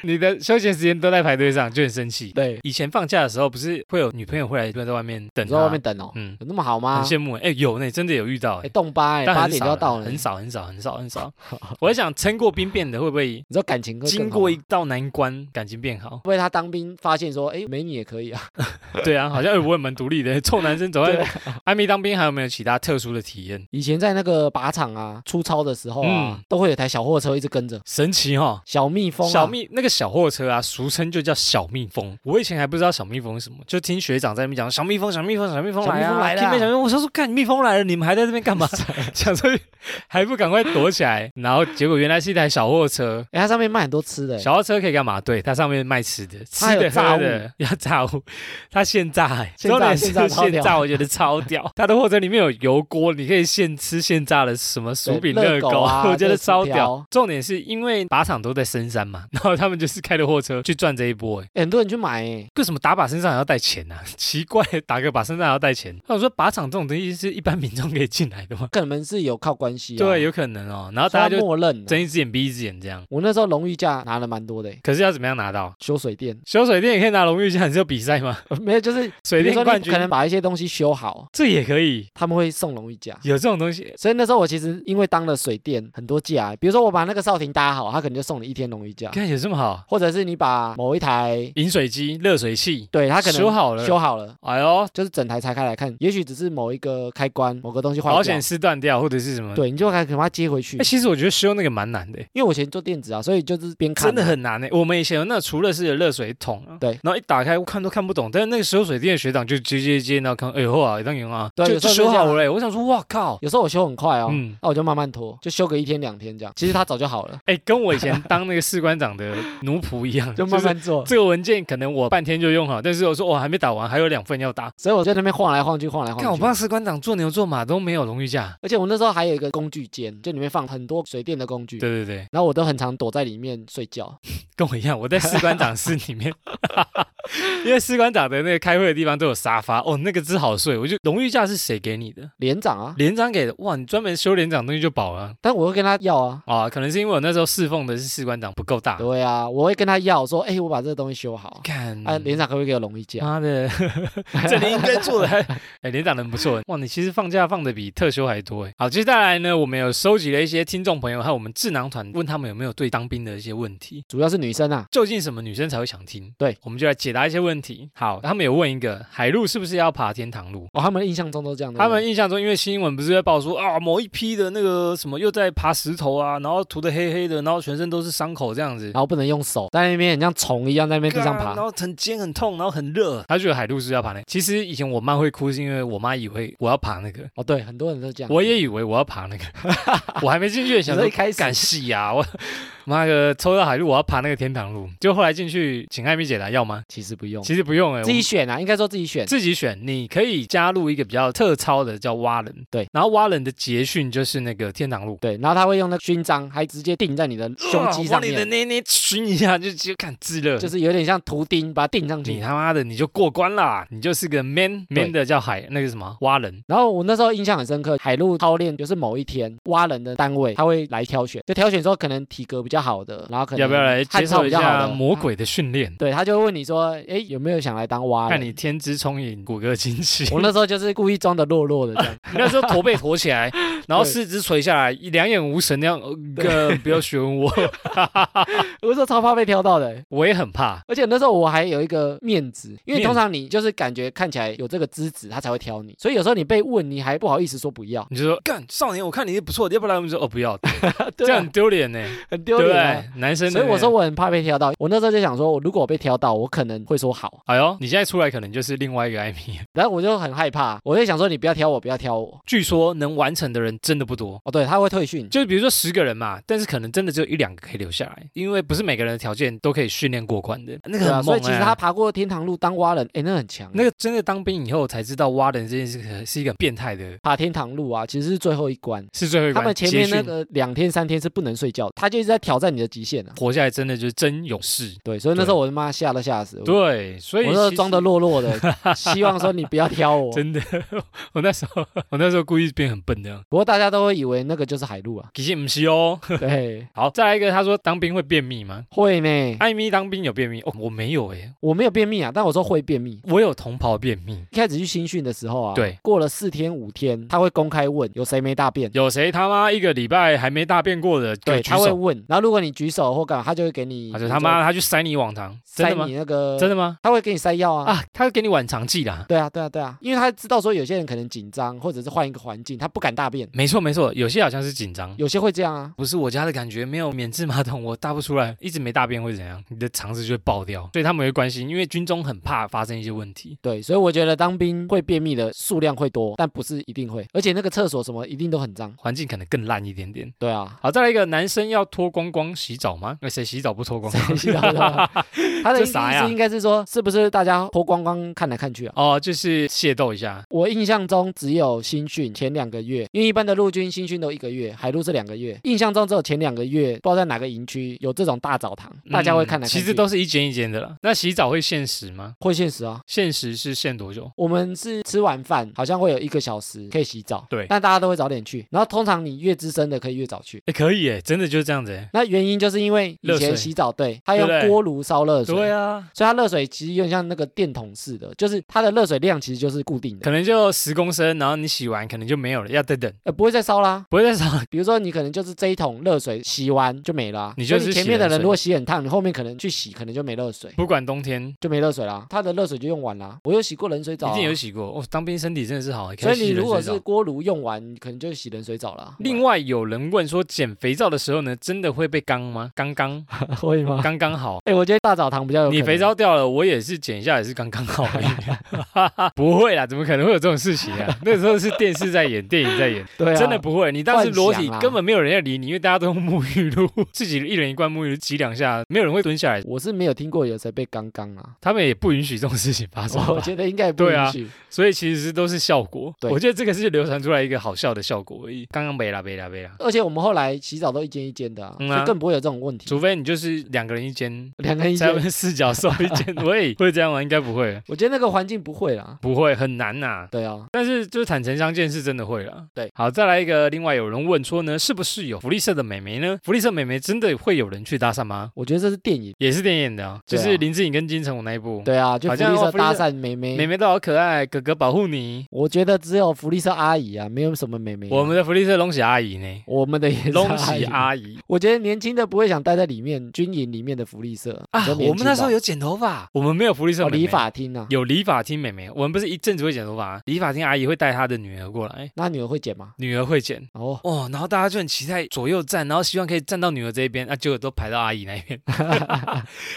你的休闲时间都在排队上，就很生气。
对，
以前放假的时候，不是会有女朋友会来在外面等
你
他，
在外面等哦，
嗯，
有那么好
很
吗？
羡慕哎、有呢，真的有遇到哎、
哎，洞八哎，
但
八
很
点
少
就要
啦
到了，
很。少很少很少很 少。我在想，撑过兵变的会不会
你说感情会更
经
好
过
吗
一道难关，感情变好？
会不会他当兵发现说，哎，美女也可以啊，
对啊，好像哎我也蛮独立的， 臭男生走在
啊
艾米当兵还有没有其他特殊的体验？
以前在那个靶场啊，出操的时候啊，
嗯
都会有台小货车一直跟着
神奇哈、哦。
小蜜蜂、啊，
小蜜那个小货车啊，俗称就叫小蜜蜂。我以前还不知道小蜜蜂是什么，就听学长在那边讲小蜜蜂，小蜜蜂，小蜜蜂
小
来
蜜
啊，
蜂来了
听见小蜜蜂，我说说看蜜蜂来了，你们还在这边干嘛？ 想说还不赶快躲起来，然后结果原来是一台小货车。
哎、它上面卖很多吃的、欸，
小货车可以干嘛？对，它上面卖吃的，吃
它 有
的
炸
喝的，要炸物， 它现炸、欸，
现炸
重点是
现炸超屌
现炸，我觉得超屌。 它的货车里面有油锅，你可以现吃现炸的什么薯饼、
对热
乐
狗
高，
啊
我觉
热
得
薯
超屌
条。
重点是因为靶场都在深山嘛， 然后他们就是开着货车去赚这一波、欸，
欸很多人去买、欸，
为什么打靶身上还要带钱呢、啊？ 奇怪，打个靶身上还要带钱？那我说靶场这种东西是一般民众可以进来的吗？
可能是有靠关系、啊，
对，，有可能哦。然后
大
大家
家
就
默认、啊。
睁一只眼闭一只眼这样。
我那时候荣誉价拿了蛮多的、欸，
可是要怎么样拿到？
修水电
修水电也可以拿荣誉奖，你是有比赛吗？
没有，就是
水
比
电
如说
冠
你
军
可能把一些东西修好，
这也可以，
他们会送荣誉价。
有这种东西。
所以那时候我其实因为当了水电很多架，比如说我把那个少廷搭好，他可能就送你一天荣誉价，
哎看有这么好，
或者是你把某一台，
饮水机、热水器，
对他可能
修好了
修好了，
哎呦，
就是整台拆开来看，也许只是某一个开关、某个东西坏
保
掉
险，丝断掉或者是什么。
对，你就还可以把它接回去
哎，。其实我觉得修那个蛮难的，
因为我以前做电子啊，所以就是边看
真的很难诶。我们以前有那除热式的热水桶啊，
对
然后一打开看都看不懂，但是那个时候水电的学长就接接接，然后看，哎呦啊，当然啊，
对
就
有时
就
候是
修
这样
好了欸。我想说，哇靠，
有时候我修很快哦，
嗯
那我就慢慢拖，就修个一天两天这样。其实它早 就好了，
哎，跟我以前当那个士官长的奴仆一样，
就慢
是
慢做。
这个文件可能我半天就用好，但是我说我还没打完，还有两份要打。
所以我就在那边晃来晃去，晃来
看我
晃
帮
去。
士官长做牛做马都没有荣誉价。
而且我那时候还有一个工具间，就里面放很多水电的工具。
对对对，
然后我都很常躲在里面睡觉，
跟我一样，我在士官长室里 面，因为士官长的那个开会的地方都有沙发，哦，那个真好睡。我就荣誉价是谁给你的？
连长啊，
连长给的，哇，你专门修连长东西就饱了
但我会跟他要啊。
啊！可能是因为我那时候侍奉的是士官长不够大，
对啊，我会跟他要说，哎，我把这个东西修好，
看
啊，连长可不可以给我容易价？
妈 的，这里应该做的还，哎，连长人不错，哇，你其实放假放的比特休还多哎。好，接下来呢，我们有收集了一些听众朋友和我们智囊团，问他们有没有对当兵的一些问题。
主要是女生啊，
究竟什么女生才会想听？
对，
我们就来解答一些问题。好，他们有问一个，海陆是不是要爬天堂路？
哦，他们的印象中都这样。对不
他
对
们印象中，因为新闻不是在报说啊，某一批的那个什么又在爬石头啊，然后涂的黑黑的，然后全身都是伤口这样子啊
然，后不能用手，在那边很像虫一样啊在那边地上
干然哦
爬。
后很尖很痛，然后很热。他觉得海陆是要爬那。其实以前我妈会哭，是因为我妈以为我要爬那个，
哦，对，很多人都这样。
我也以为我要爬那个，我还没进去想
你
说
说一开始
敢戏呀，我妈个抽到海陆我要爬那个天堂路，就后来进去请艾米姐来要吗？
其实不用，
其实不用哎、欸，
自己选啊，应该说自己选。
自己选，你可以加入一个比较特超的叫蛙人，
对，
然后蛙人的捷讯就是那个天堂路。
对，然后他会用那个勋章，还直接钉在你的胸肌
哇
上
呃往你的
面，
捏捏熏一下，就就看自热，
就是有点像图钉，把它钉上
你
去。
他妈的你就过关啦，你就是个 man
对
man 的叫海那个什么蛙人，
然后我那时候印象很深刻，海陆操练就是某一天挖人的单位，他会来挑选，就挑选说可能体格比较好的，然后可能
要不要来
汗
接
臭
受
比
一
较好
下
的
魔。鬼的嗯训练？
对，他就会问你说，哎，有没有想来当蛙
看
人？
你天资聪颖，骨骼惊奇。
我 那时候就是故意装的弱弱的这样，
你那时候驼背驼起 来，然后
对
四肢垂下来，两眼无神那样。呃呃，不要学我，
我那时候超怕被挑到的、欸
我也很怕。
而且那时候我还有一个面子，因为
面
通常你就是感觉看起来有这个资质，他才会挑你，所以有时候你被问，你还不好意思说不要，
你就说干少年，我看你不错，要不然我们就说哦不要，
对啊
这样很丢脸呢。
很丢
对不
脸啊、
对？男生的
所以我
那
说
个，
我很怕被挑到，我那时候就想说，我如果我被挑到，我可能会 说好，
哎呦，你现在出来可能就是另外一个艾米。
然后我就很害怕，我就想说你不要挑我，不要挑我。
据说能完成的人真的不多。
哦，对，他会退训，
就是比如说十个人嘛，但是可能真的只有一两个可以留下来，因为不是每个人的条件都可以训练过关的。那个
对啊，
很
所
猛
以其实
哎、
他爬过天堂路当蛙人，哎，那很强。
那个真的当兵以后才知道，挖人这件事可是一个很变态的，
爬天堂路啊，其实是最后一关，
是最后一
他
关。
们前面
捷
那
讯
个两天三天是不能睡觉的，他就一直在挑战你的极限啊。
活下来真的就是真勇士。
对，所以那时候我他妈吓都吓死，我
对，所以
我那
其实
装的弱弱 的，希望说你不要挑 我。
真的， 我那时候我那时候故意变很笨的，，
不过大家都会以为那个就是海陆啊
其实不是哦。
对，
好，再来一个，他说当兵会便秘吗？
会呢。
艾米当兵有便秘哦，我没有哎、
我没有便秘啊，但我说会便秘。
我有同袍便秘，
一开始去新训的时候啊，
对，
过了四天五天，他会公开问有谁没大便，
有谁他妈一个礼拜还没大便过的，
对，
给举
他会
手。
问，然后后如果你举手或干嘛，他就会给你，
他就他妈他去塞你网糖，真
塞
的吗
你？那个，
真的吗？
他会给你塞药啊。
啊，他给你晚肠剂啦。
对啊，对啊，对啊，因为他知道说有些人可能紧张，或者是换一个环境，他不敢大便，
没错没错，有些好像是紧张。
有些会这样啊。
不是我家的感觉，没有免治马桶，我大不出来，一直没大便会怎样？你的肠子就会爆掉，所以他们会关心，因为军中很怕发生一些问题。
对，所以我觉得当兵会便秘的数量会多，但不是一定会，而且那个厕所什么一定都很脏。
环境可能更烂一点点。
对啊，
好，再来一个，男生要脱光光洗澡吗？那谁洗澡不脱 光光？
洗澡 的话啊他的意
哦这
思
啥呀
是应该是说，是不是大家脱光光看来看去啊？
哦，就是械斗一下。
我印象中只有新训前两个月，因为一般的陆军新训都一个月，海陆是两个月。印象中只有前两个月，不知道在哪个营区有这种大澡堂，大家会看来看
嗯
去。
其实都是一间一间的了。那洗澡会限时吗？
会限时啊。
限时是限多久？
我们是吃完饭，好像会有一个小时可以洗澡，
对
但大家都会早点去。然后通常你越资深的可以越早去。
哎，可以哎，真的就是这样子哎。
那原因就是因为以
热水
前洗澡队，他
对不
用
对
锅炉烧热水，
对啊，
所以它热水其实有点像那个电筒式的，就是它的热水量其实就是固定的，
可能就十公升，然后你洗完可能就没有了，要再等，
呃，不会再烧啦。
不会再少。
比如说，你可能就是这一桶热水洗完就没了啊、
你就是
所以
洗
前面的
冷
人
水
如果洗很烫，你后面可能去洗，可能就没热水，
不管冬天，
就没热水啦，它的热水就用完啦。我有洗过冷水澡、
一
啊，
定有洗过。哦，当兵身体真的是好，可
所以
洗
你如
冷
果
水澡
是锅炉用完，你可能就洗冷水澡啦。
另外有人问说，减肥皂的时候呢，真的会被刚吗？刚 刚
会吗？
刚刚好。
哎、我觉得大澡堂比较有可能
你肥皂掉了，我也是剪一下，也是刚刚好而已。 不会啦，怎么可能会有这种事情啊？那时候是电视在演，电影在演，
对啊，
真的不会。你当时裸体
幻想啊
根本没有人要理你，因为大家都用沐浴露， 自己一人一罐沐浴露挤两下，没有人会蹲下来。
我是没有听过有谁被刚刚 啊，
他们也不允许这种事情发生吧，
我觉得应该也不
对啊
允许。
所以其实都是效果。
哦对
我觉得这个是流传出来一个好笑的效果而已。刚刚没啦没啦没啦，
而且我们后来洗澡都一间一间的、啊，
嗯
就
啊
更不会有这种问题。
除非你就是两个人一间，
两个人一
才
间，
会四角兽一 间，喂，会这样吗？应该不会，
我觉得那个环境不会啦。
不会很难呐、
对啊，
但是就是坦诚相见是真的会啦。
对，
好，再来一个。另外有人问说呢，是不是有福利社的美眉呢？福利社美眉真的会有人去搭讪吗？
我觉得这是电影。
也是电影的、啊，就
对啊
是林志颖跟金城武那一部。
对啊，就
好
福
像
利
哦
社
福利
搭
社
讪妹妹
美，眉都好可爱，哥哥保护你。
我觉得只有福利社阿姨啊，没有什么妹妹啊、
我们啊的福利社龙喜阿姨 呢？
我们的也是
龙喜
阿姨。
阿姨
我觉得年轻的不会想待在里面，军营里面的福利社
啊，我们那时候
有
有剪头发，我们没有福利社
哦
美眉
理发厅啊，
有理发厅妹妹，我们不是一阵子会剪头发，理发厅阿姨会带她的女儿过来，
那女儿会剪吗？
女儿会剪。
哦，
哦，然后大家就很期待左右站，然后希望可以站到女儿这一边，啊，结果都排到阿姨那一边。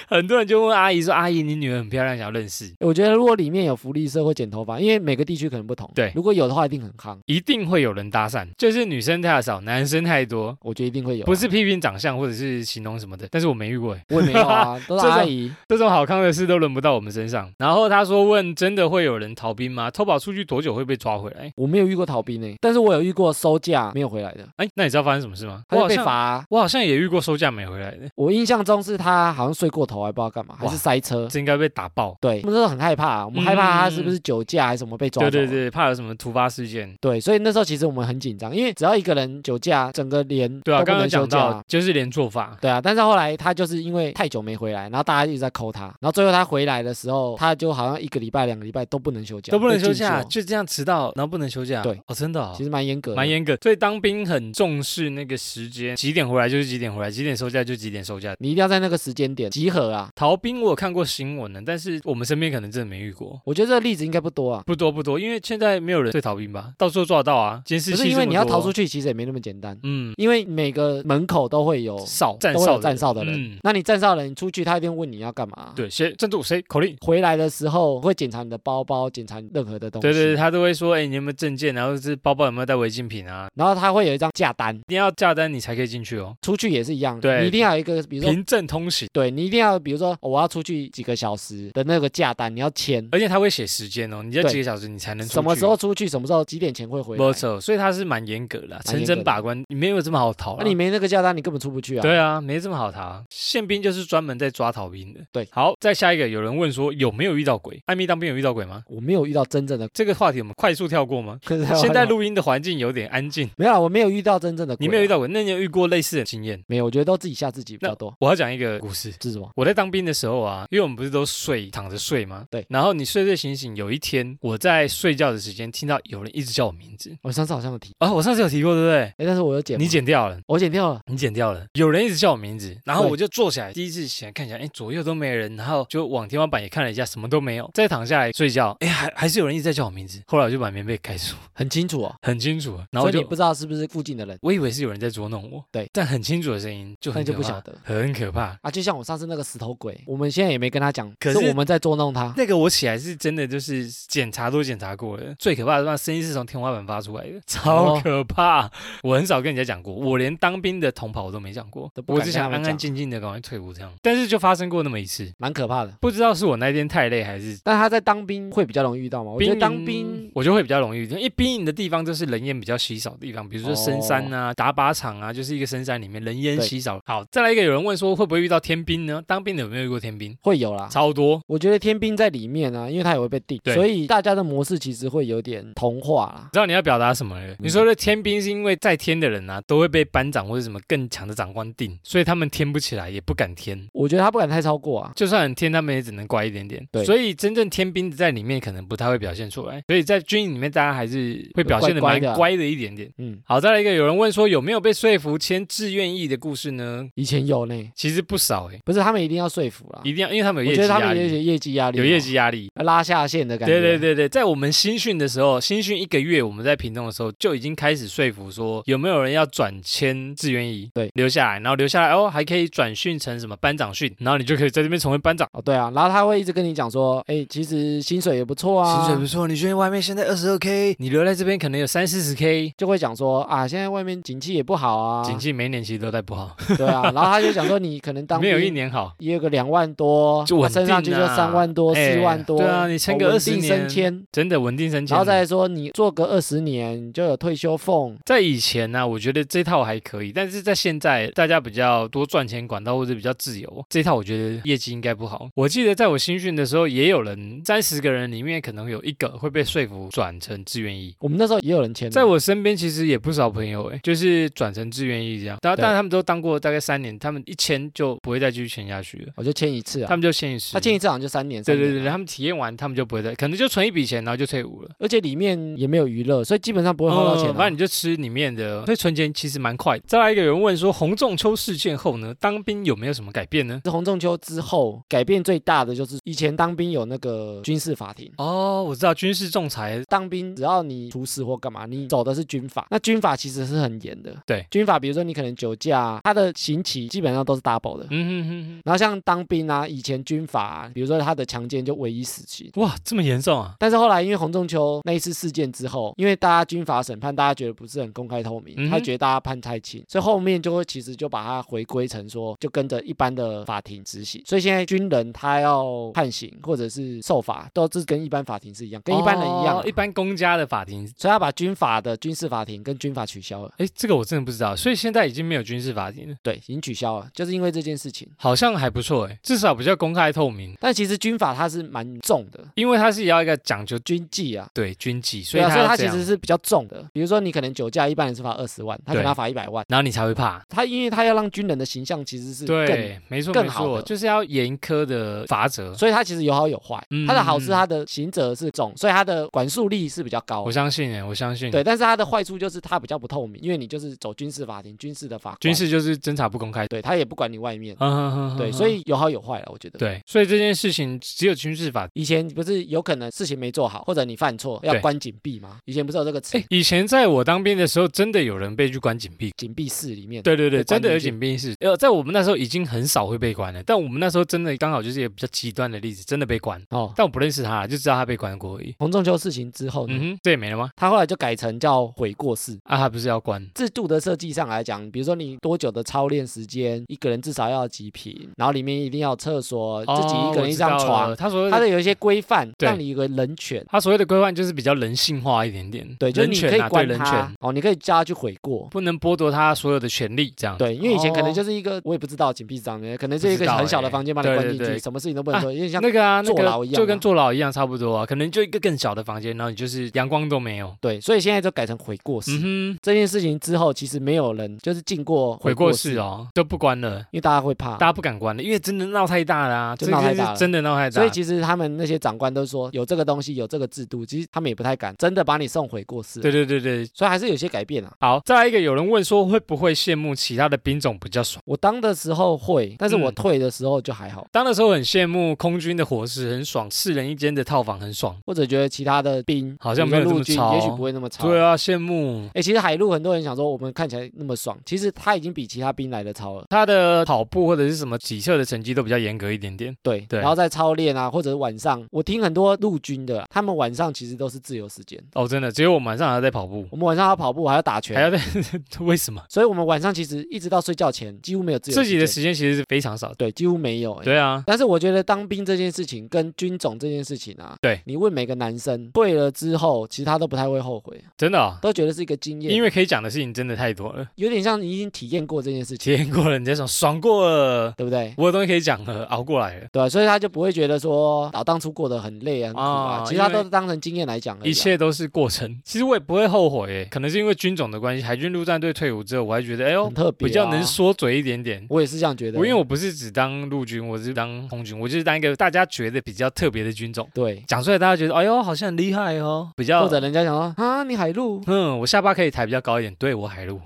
很多人就问阿姨说：“阿姨，你女儿很漂亮，想要认识。
我觉得如果里面有福利社会剪头发，因为每个地区可能不同。
对
如果有的话，一定很夯”，
一定会有人搭讪，就是女生太少，男生太多。
我觉得一定会有啊。
不是批评长相或者是形容什么的，但是我没遇过欸，
我也没有 啊，都是
这种
阿姨。
这种好康的事都轮不到我们身上。然后他说问真的会有人逃兵吗？偷跑出去多久会被抓回来？
我没有遇过逃兵呢、但是我有遇过收假没有回来的，
哎，那你知道发生什么事吗？
他
我
就
好
被
像
罚啊、
我好像也遇过收假没回来的，
我印象中是他好像睡过头，还不知道干嘛，还是塞车。
这应该被打爆。
对，我们那时候很害怕、我们害怕他是不是酒驾还是什么被抓走
对
了。
对对，怕有什么突发事件。
对，所以那时候其实我们很紧张，因为只要一个人酒驾，整个连
对啊，
都不
刚刚
能休
讲
假
到
啊。
就是连做法，
对啊，但是后来他就是因为太久没回来，然后大家一直在扣他，然后最后他回来的时候，他就好像一个礼拜、两个礼拜都不能休假，
都不能
被
休
禁
假，
休
就这样迟到，然后不能休假。
对，
哦，真的、哦
其。实蛮严格的，
蛮严格，所以当兵很重视那个时间，几点回来就是几点回来，几点收假就几点收假。
你一定要在那个时间点集合啊。
逃兵我有看过新闻的，但是我们身边可能真的没遇过，
我觉得这个例子应该不多啊，
不多不多，因为现在没有人对逃兵吧，到处都抓得到啊，监视
可
器
是因为
这么
你要
多
逃出，去，其实也没那么简单，
嗯，
因为每个门口都会有
哨站
都会
哨
有站哨的人，
嗯，
那你站哨的人出去，他一定问你要干嘛。，
对，谁站住谁口令，
回来的时候会检查你的包包，检查你任何的东西。
对对对，。他都会说，哎、你有没有证件？然后是包包有没有带违禁品啊？
然后他会有一张价单，
一定要价单你才可以进去哦，
出去也是一样，
对
你一定要有一个，比如说。
凭证通行，
对你一定要，比如说、哦我要出去几个小时的那个价单，你要签
而且他会写时间哦，你要
对
几个小时你才哎能出去
什么时候？出去，什么时候几点前会回来
没。错，所以他是蛮严格的啊，
蛮严
层
格的
层把关，你没有这么好逃啊
那、
啦。
你没那个价单，你根本出不去啊。
对啊，没这么好逃。宪兵就是专门在抓逃兵的。
对
好，再下一个，有人问说有没有遇到鬼？艾米当兵有遇到鬼吗？
我没有遇到真正的，
这个话题我们快速跳过吗？ 现
现
在录音的环境有点安静，
没有啦，我没有遇到真正的鬼啊、
你没有遇到鬼，那你有遇过类似的经验？
没有，我觉得都自己吓自己比较多。
我要讲一个故事。
是什么？
我在当兵的时候啊，因为我们不是都睡躺着睡吗？
对
然后你睡睡醒醒，有一天我在睡觉的时间听到有人一直叫我名字
我上次好像有提，
啊、我上次有提过对不对？
哎，但是我有剪，
你，剪掉了，
我剪掉了。
你剪掉了。了，有人一直叫我名字，然后
对
我就坐起来，第一次起来看起来，哎，左右都没人，然后就往天花板也看了一下，什么都没有，再躺下来睡觉，哎，还还是有人一直在叫我名字，后来我就把棉被盖住，
很清楚哦。
很清楚了，啊然后
所
我
以
就
你不知道是不是附近的人
我以为是有人在捉弄我，
对
但很清楚的声音就很
那就
可
不
怕
晓得
很可怕。
啊？就像我上次那个石头鬼，我们现在也没跟他讲，
可
是
是
我们在捉弄他。
那个我起来是真的，就是检查都检查过了。最可怕的是，那声音是从天花板发出来的，超
哦
可怕。我很少跟人家讲过，我连当兵的同袍我都没讲过
都，不
我
敢
只
跟
想
他们
安安
讲
静静的赶快退伍这样。但是就发生过那么一次，
蛮可怕的。
不知道是我那天太累还是。
但他在当兵会比较容易遇到吗？我觉得当
营
兵
我就会比较容易遇见，因为兵营的地方就是人烟比较稀少的地方，比如说深山啊、打靶场啊，就是一个深山里面人烟
哦对
稀少。好，再来一个，有人问说会不会遇到天兵呢？当兵的有没有遇过天兵？
会有啦。
超多，
我觉得天兵在里面啊，因为他也会被定
对，
所以大家的模式其实会有点同化啦。
知道你要表达什么欸
嗯
了。你说的天兵是因为在天的人啊，都会被班长或者什么更强的长官定，所以他们天不起来，也不敢天。
我觉得他不敢太超过啊。
就算很天，他们也只能乖一点点。
对
所以真正天兵在里面可能不太会表现出来，所以在军营里面，大家还是会表现的蛮
乖乖的啊
乖的一点点。
嗯，
好，再来一个，有人问说有没有被说服签志愿役的故事呢？
以前有呢，
其实不少诶、
不是他们一定要说服啦。
一定要，因为他们有
啊我
业
觉
绩
得他
压
们有一
力，
些业绩压力，
有业绩，压力。
拉下线的感觉。啊
对对，对对，在我们新训的时候，新训一个月，我们在屏东的时候就已经开始说服说有没有人要转签志愿役，
对，
留下来，然后留下来哦，还可以转训成什么班长训，然后你就可以在这边成为班长，
哦对啊，然后他会一直跟你讲说，哎，其实薪水也不错啊，
薪水不错，你去外面现在二十二 k，你留在这边可能有三四十 k。
就会讲说啊，现在外面景气也不好啊，
景气每一年其实都在不好，
对啊，然后他就讲说你可能当
没有一
兵
年好。
也有个两万多，
就稳
啊升上去
定
就
啊
三万多、
哎
四万多，
对啊你撑个
哦稳
20
定
年
升迁，
真的稳定升迁，
然后再说你做个二十年就有退休俸，
在以前呢、我觉得这套还可以，但是在现在大家比较多赚钱管道或者比较自由，这套我觉得业绩应该不好。我记得在我新训的时候，也有人三十个人里面可能有一个会被说服转成志愿役。
我们那时候也有人签的，
在我身边其实也不少朋友诶，欸就是转成志愿役这样，然后
对
但他们都当过大概三年，他们一签就不会再继续签下去了，
我就签一次
他
啊，
们就签一次。
他签一次好像就三年，
对
三年
对对，
啊
他们体验完他们就不会再，可能就存一笔钱然后就退伍了。
而且里面也没有娱乐，所以基本上不会花到钱
嗯
啊，
反正你就吃里面的，所以存钱其实蛮快的。再来一个有人问说，洪仲秋事件后呢，当兵有没有什么改变呢？
是洪仲秋之后改变最大的就是以前当兵有那个军事法庭。
哦，我知道军事仲裁，
当兵只要你出事或干嘛，你走的是军法，那军法其实是很严的。
对
军法比如说你可能酒驾，啊它的刑期基本上都是 double 的。
嗯哼哼
然后像当兵啊，以前军法、啊，比如说他的强奸就唯一死刑。
哼，哇，这么严重啊？
但是后来因为洪仲秋那一次事件之后，因为大家军法审判，大家觉得不是很公开透明，
嗯哼
他觉得大家判太轻，所以后面就会其实就把它回归成说，就跟着一般的法庭执行。所以现在军人他要判刑或者是受罚，都是跟一般法庭是一样，跟一般人一样
哦
啊、
一般公家的法庭。
所以他把军法的军事法庭跟军法取消了，
哎，这个我真的不知道，所以现在已经没有军事法庭了，
对，已经取消了，就是因为这件事情。
好像还不错哎，至少比较公开透明，
但其实军法它是蛮重的，
因为它是要一个讲究
军纪啊，
对军纪，所
对
以
啊，所以
它
它
要这
其
样
实是比较重的。比如说你可能酒驾，一般人是罚二十万，他可
对
能要罚一百万。
然后你才会怕。
他因为他要让军人的形象其实是更，
对，没错
更
没
好
错，
的
就是要严苛的法则。
所以他其实有好有坏
嗯。
他的好是他的刑责是重，所以他的管束力是比较高
我。相信哎，我相信。
对，但是他的坏处就是他比较不透明，因为你就是走军事法庭、军事的法官
军，事就是侦查不公开。
对他也不管你外面，
嗯哼哼哼
对，
哼
所以有好有坏了，我觉得。
对，所以这件事情只有军事法。
以前不是有可能事情没做好，或者你犯错要
对
关紧闭吗？以前不是有这个词
哎，，以前在我当兵的时候，真的有人被去关紧闭。
紧闭室里面。
对对对，
被
真
关
的有
进去
紧闭室。呃，在我们那时候已经很少会被关了，但我们那时候真的刚好就是一个比较极端的例子，真的被关。
哦，
但我不认识他，就知道他被关过而已。
洪仲秋事情之后
嗯
呢，
哼，这也没了吗？
他后来就改成叫悔过式。
啊，他不是要关？
制度的设计上来讲，比如说你多久的操练时间，一个人至少要几平，然后里面一定要有厕所，
呃
自己一个人一张
哦我知道了
床，
他所谓
它
的
的有一些规范，
对
让你有个人权。
他所谓的规范就是比较人性化一点点，
对，就是
人
你可
权
以
啊，对
管
人
他
权，，
哦，你可以叫他去悔过。
不能剥夺他所有的权利，这样。
对，因为以前可能
哦
就是一个，我也不知道紧闭室长的，可能是一
不知
个
道
很小的
欸
房间把你
对
关
对
进
对
去，什么事情都不能做，有点像
那个啊，那
坐牢
个
一样
就跟
啊
坐牢一样差不多啊，可能就一个更小的房间，然后你就是阳光都没有。
对，所以现在就改成悔过式。
嗯哼，
这件事情之后，其实没有人就是进过
悔
过
过式
室，
哦，都不关了。
因为大家会怕
大。家不敢关了，因为真的闹太大了、啊，
就
这
闹太
件事
大了
真的闹太大。
所以其实他们那些长官都说有这个东西，有这个制度，其实他们也不太敢真的把你送回过室。
对对对对，
所以还是有些改变啊。
好，再来一个，有人问说会不会羡慕用其他的兵种比较爽。
我当的时候会，但是我
嗯
退的时候就还好，
当的时候很羡慕空军的伙食很爽，四人一间的套房很爽。
或者觉得其他的兵
好像
比
没有
如说
这么
陆军
吵
也许不会那么吵。
对啊，羡慕。
哎、其实海陆很多人想说我们看起来那么爽，其实他已经比其他兵来的超了。
他的跑步或者是什么体测的成绩都比较严格一点点。
对，
对
然后在操练啊，或者是晚上，我听很多陆军的，他们晚上其实都是自由时间。
哦，真的，只有我们晚上还在跑步，
我们晚上还要跑步，还要打拳，
还要在 为什么
所以我们晚上其实一直到睡觉前几乎没有自由
自己的
时间
时间其实是非常少的。
对，几乎没有、欸。
对啊，
但是我觉得当兵这件事情跟军种这件事情啊，
对
你问每个男生退了之后，其实他都不太会后悔，啊
真的哦、
都觉得是一个经验，
因
为
为可以讲的事情真的太多 了，
有点像你已经体验过这件事情，
体验过了，你在爽，爽过了，
对不对？
我有东西可以讲了，熬过来了，
对、啊，所以他就不会觉得说老当初过得很累啊、很苦啊，
哦
其实他
因为
都是当成经验来讲而已啊、
一切都是过程。 其实我也不会后悔欸耶，可能是因为军种的关系，海军陆战队退伍之后，我还觉得，哎呦
很，特别、啊
比较能，缩嘴一点点。
我也是这样觉得，啊
我因为我不是只当陆军，我是当空军，我就是当一个大家觉得比较特别的军种。
对，
讲出来大家觉得，哎呦，好像很厉害哦，比较
或者人家想说啊，你海陆。
嗯，我下巴可以抬比较高一点，对我 海陆，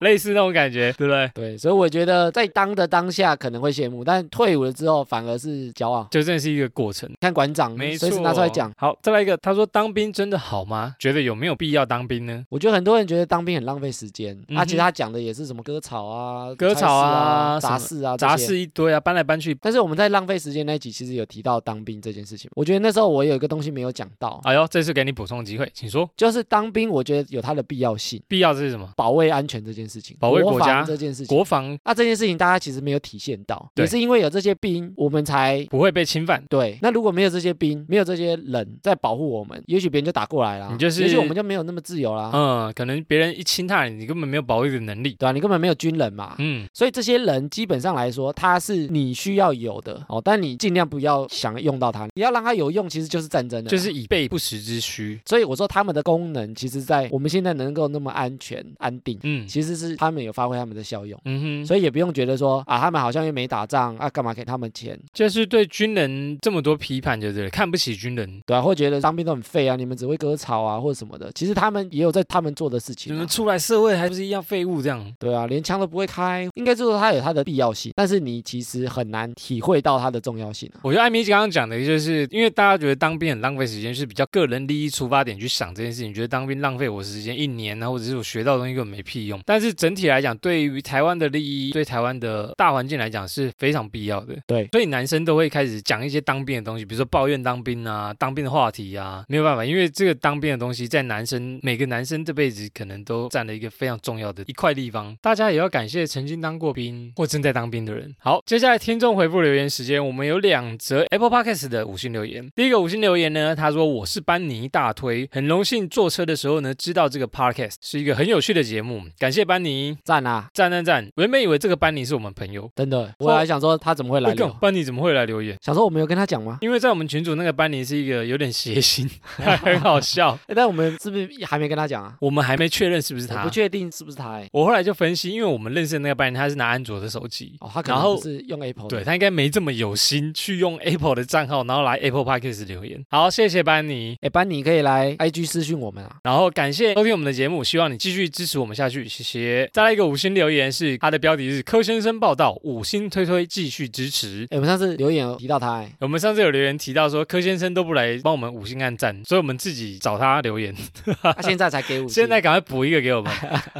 类似那种感觉，对不对？
对，所以我觉得在当的当下可能会羡慕，但退伍了之后反而是骄傲。
就真的是一个过程。
看馆长
没错，
随时拿出来讲，。
好，再来一个，他说当兵真的好吗？觉得有没有必要当兵呢？
我觉得很多人觉得当兵很浪费时间，
嗯
啊，
哼
其实他讲的也是什么割草啊、
割草啊
啊、杂事啊、
杂
这些。
事一堆啊，搬来搬去。
但是我们在浪费时间那一集其实有提到当兵这件事情，我觉得那时候我有一个东西没有讲到，
哎呦，这次给你补充机会，请说，
就是当兵，我觉得有它的必要性，
必要的是什么？
保卫安全这件事情，
保卫
国
国家
防这件事情。
国防
那、这件事情大家其实没有体现到，
对
也是因为有这些兵，我们才
不会被侵犯。
对。那如果没有这些兵，没有这些人在保护我们，也许别人就打过来啦，
你就是
也许我们就没有那么自由啦，
嗯，可能别人一侵犯你，你根本没有保卫的能力。
对啊，你根本没有军人嘛，
嗯，
所以这些人基本上来说，他是你需要有的哦，但你尽量不要想用到它，你要让它有用，其实就是战争的。
就是以备不时之需。
所以我说他们的功能，其实在我们现在能够那么安全安定，
嗯
其实是他们有发挥他们的效用。
嗯哼，
所以也不用觉得说啊，他们好像又没打仗啊，干嘛给他们钱，
就是对军人这么多批判，就对了，看不起军人，
对啊，或觉得当兵都很废啊，你们只会割草啊或者什么的。其实他们也有在他们做的事
你
情、啊
们。出来社会还不是一样废物这样？
对啊，连枪都不会开，应该是说它有它的必要性，但是你其实很难体会到它的重要性啊。
我觉得艾米刚刚讲的就是，因为大家觉得当兵很浪费时间，是比较个人利益出发点去想这件事情，觉得当兵浪费我时间一年啊，或者是我学到的东西根本没屁用。但是整体来讲，对于台湾的利益，对台湾的大环境来讲是非常必要的。
对
所以男生都会开始讲一些当兵的东西，比如说抱怨当兵啊、当兵的话题啊，没有办法，因为这个当兵的东西在男生每个男生这辈子可能都占了一个非常重要的一块地方。大家也要感谢曾经当过兵或正在当兵的人。好，接下来听众回复留言时间，我们有两则 Apple Podcast 的五星留言。第一个五星留言呢，他说我是班尼大推，很荣幸坐车的时候呢知道这个 Podcast 是一个很有趣的节目，感谢班尼，
赞啊，
赞赞赞！原本以为这个班尼是我们朋友，
真的，
后
我还想说他怎么会来
哎
留
干班尼怎么会来留言？
想说我们有跟他讲吗？
因为在我们群组那个班尼是一个有点邪心， 很好笑。
欸但我们是不是还没跟他讲啊？
我们还没确认是不是
我
他
不。确定是不是他、欸，
我后来就分析，因为我们认识的那个班尼他是拿安卓的手机，
哦，他可
然
能
后
不是用 Apple 的
对，他应该没这么有心去用 Apple 的账号，然后来 Apple Podcast 留言。好，谢谢班尼。
哎、班尼可以来 IG 私讯我们啊。
然后感谢收听我们的节目，希望你继续支持我们下去，谢谢。再来一个五星留言是，他的标题是柯先生报道，五星推推继续支持。
哎、我们上次留言有提到他、 欸，
我们上次有留言提到说柯先生都不来帮我们五星按赞，所以我们自己找他留言。
他现在才给五星，
现在赶快补一个给我 们。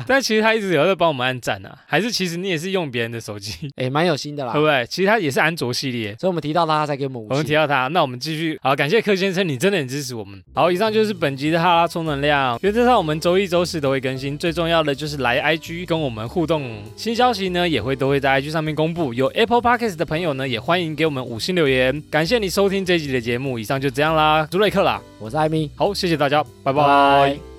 但其实他一直有在帮我们按赞啊，还是其实你也是啊用别人的手机，
哎，蛮、有心的啦。
对不对？其实他也是安卓系列。
所以我们提到他，他才给我们五
我们提
星。
到他，那我们继续好，感谢柯先生，你真的很支持我们。好，以上就是本集的哈拉充能量。原则上我们周一、周四都会更新，最重要的就是来 IG 跟我们互动。新消息呢也会都会在 IG 上面公布。有 Apple Podcast 的朋友呢，也欢迎给我们五星留言。感谢你收听这一集的节目，以上就这样啦，朱瑞克啦。
我是艾米，
好，谢谢大家，拜拜
拜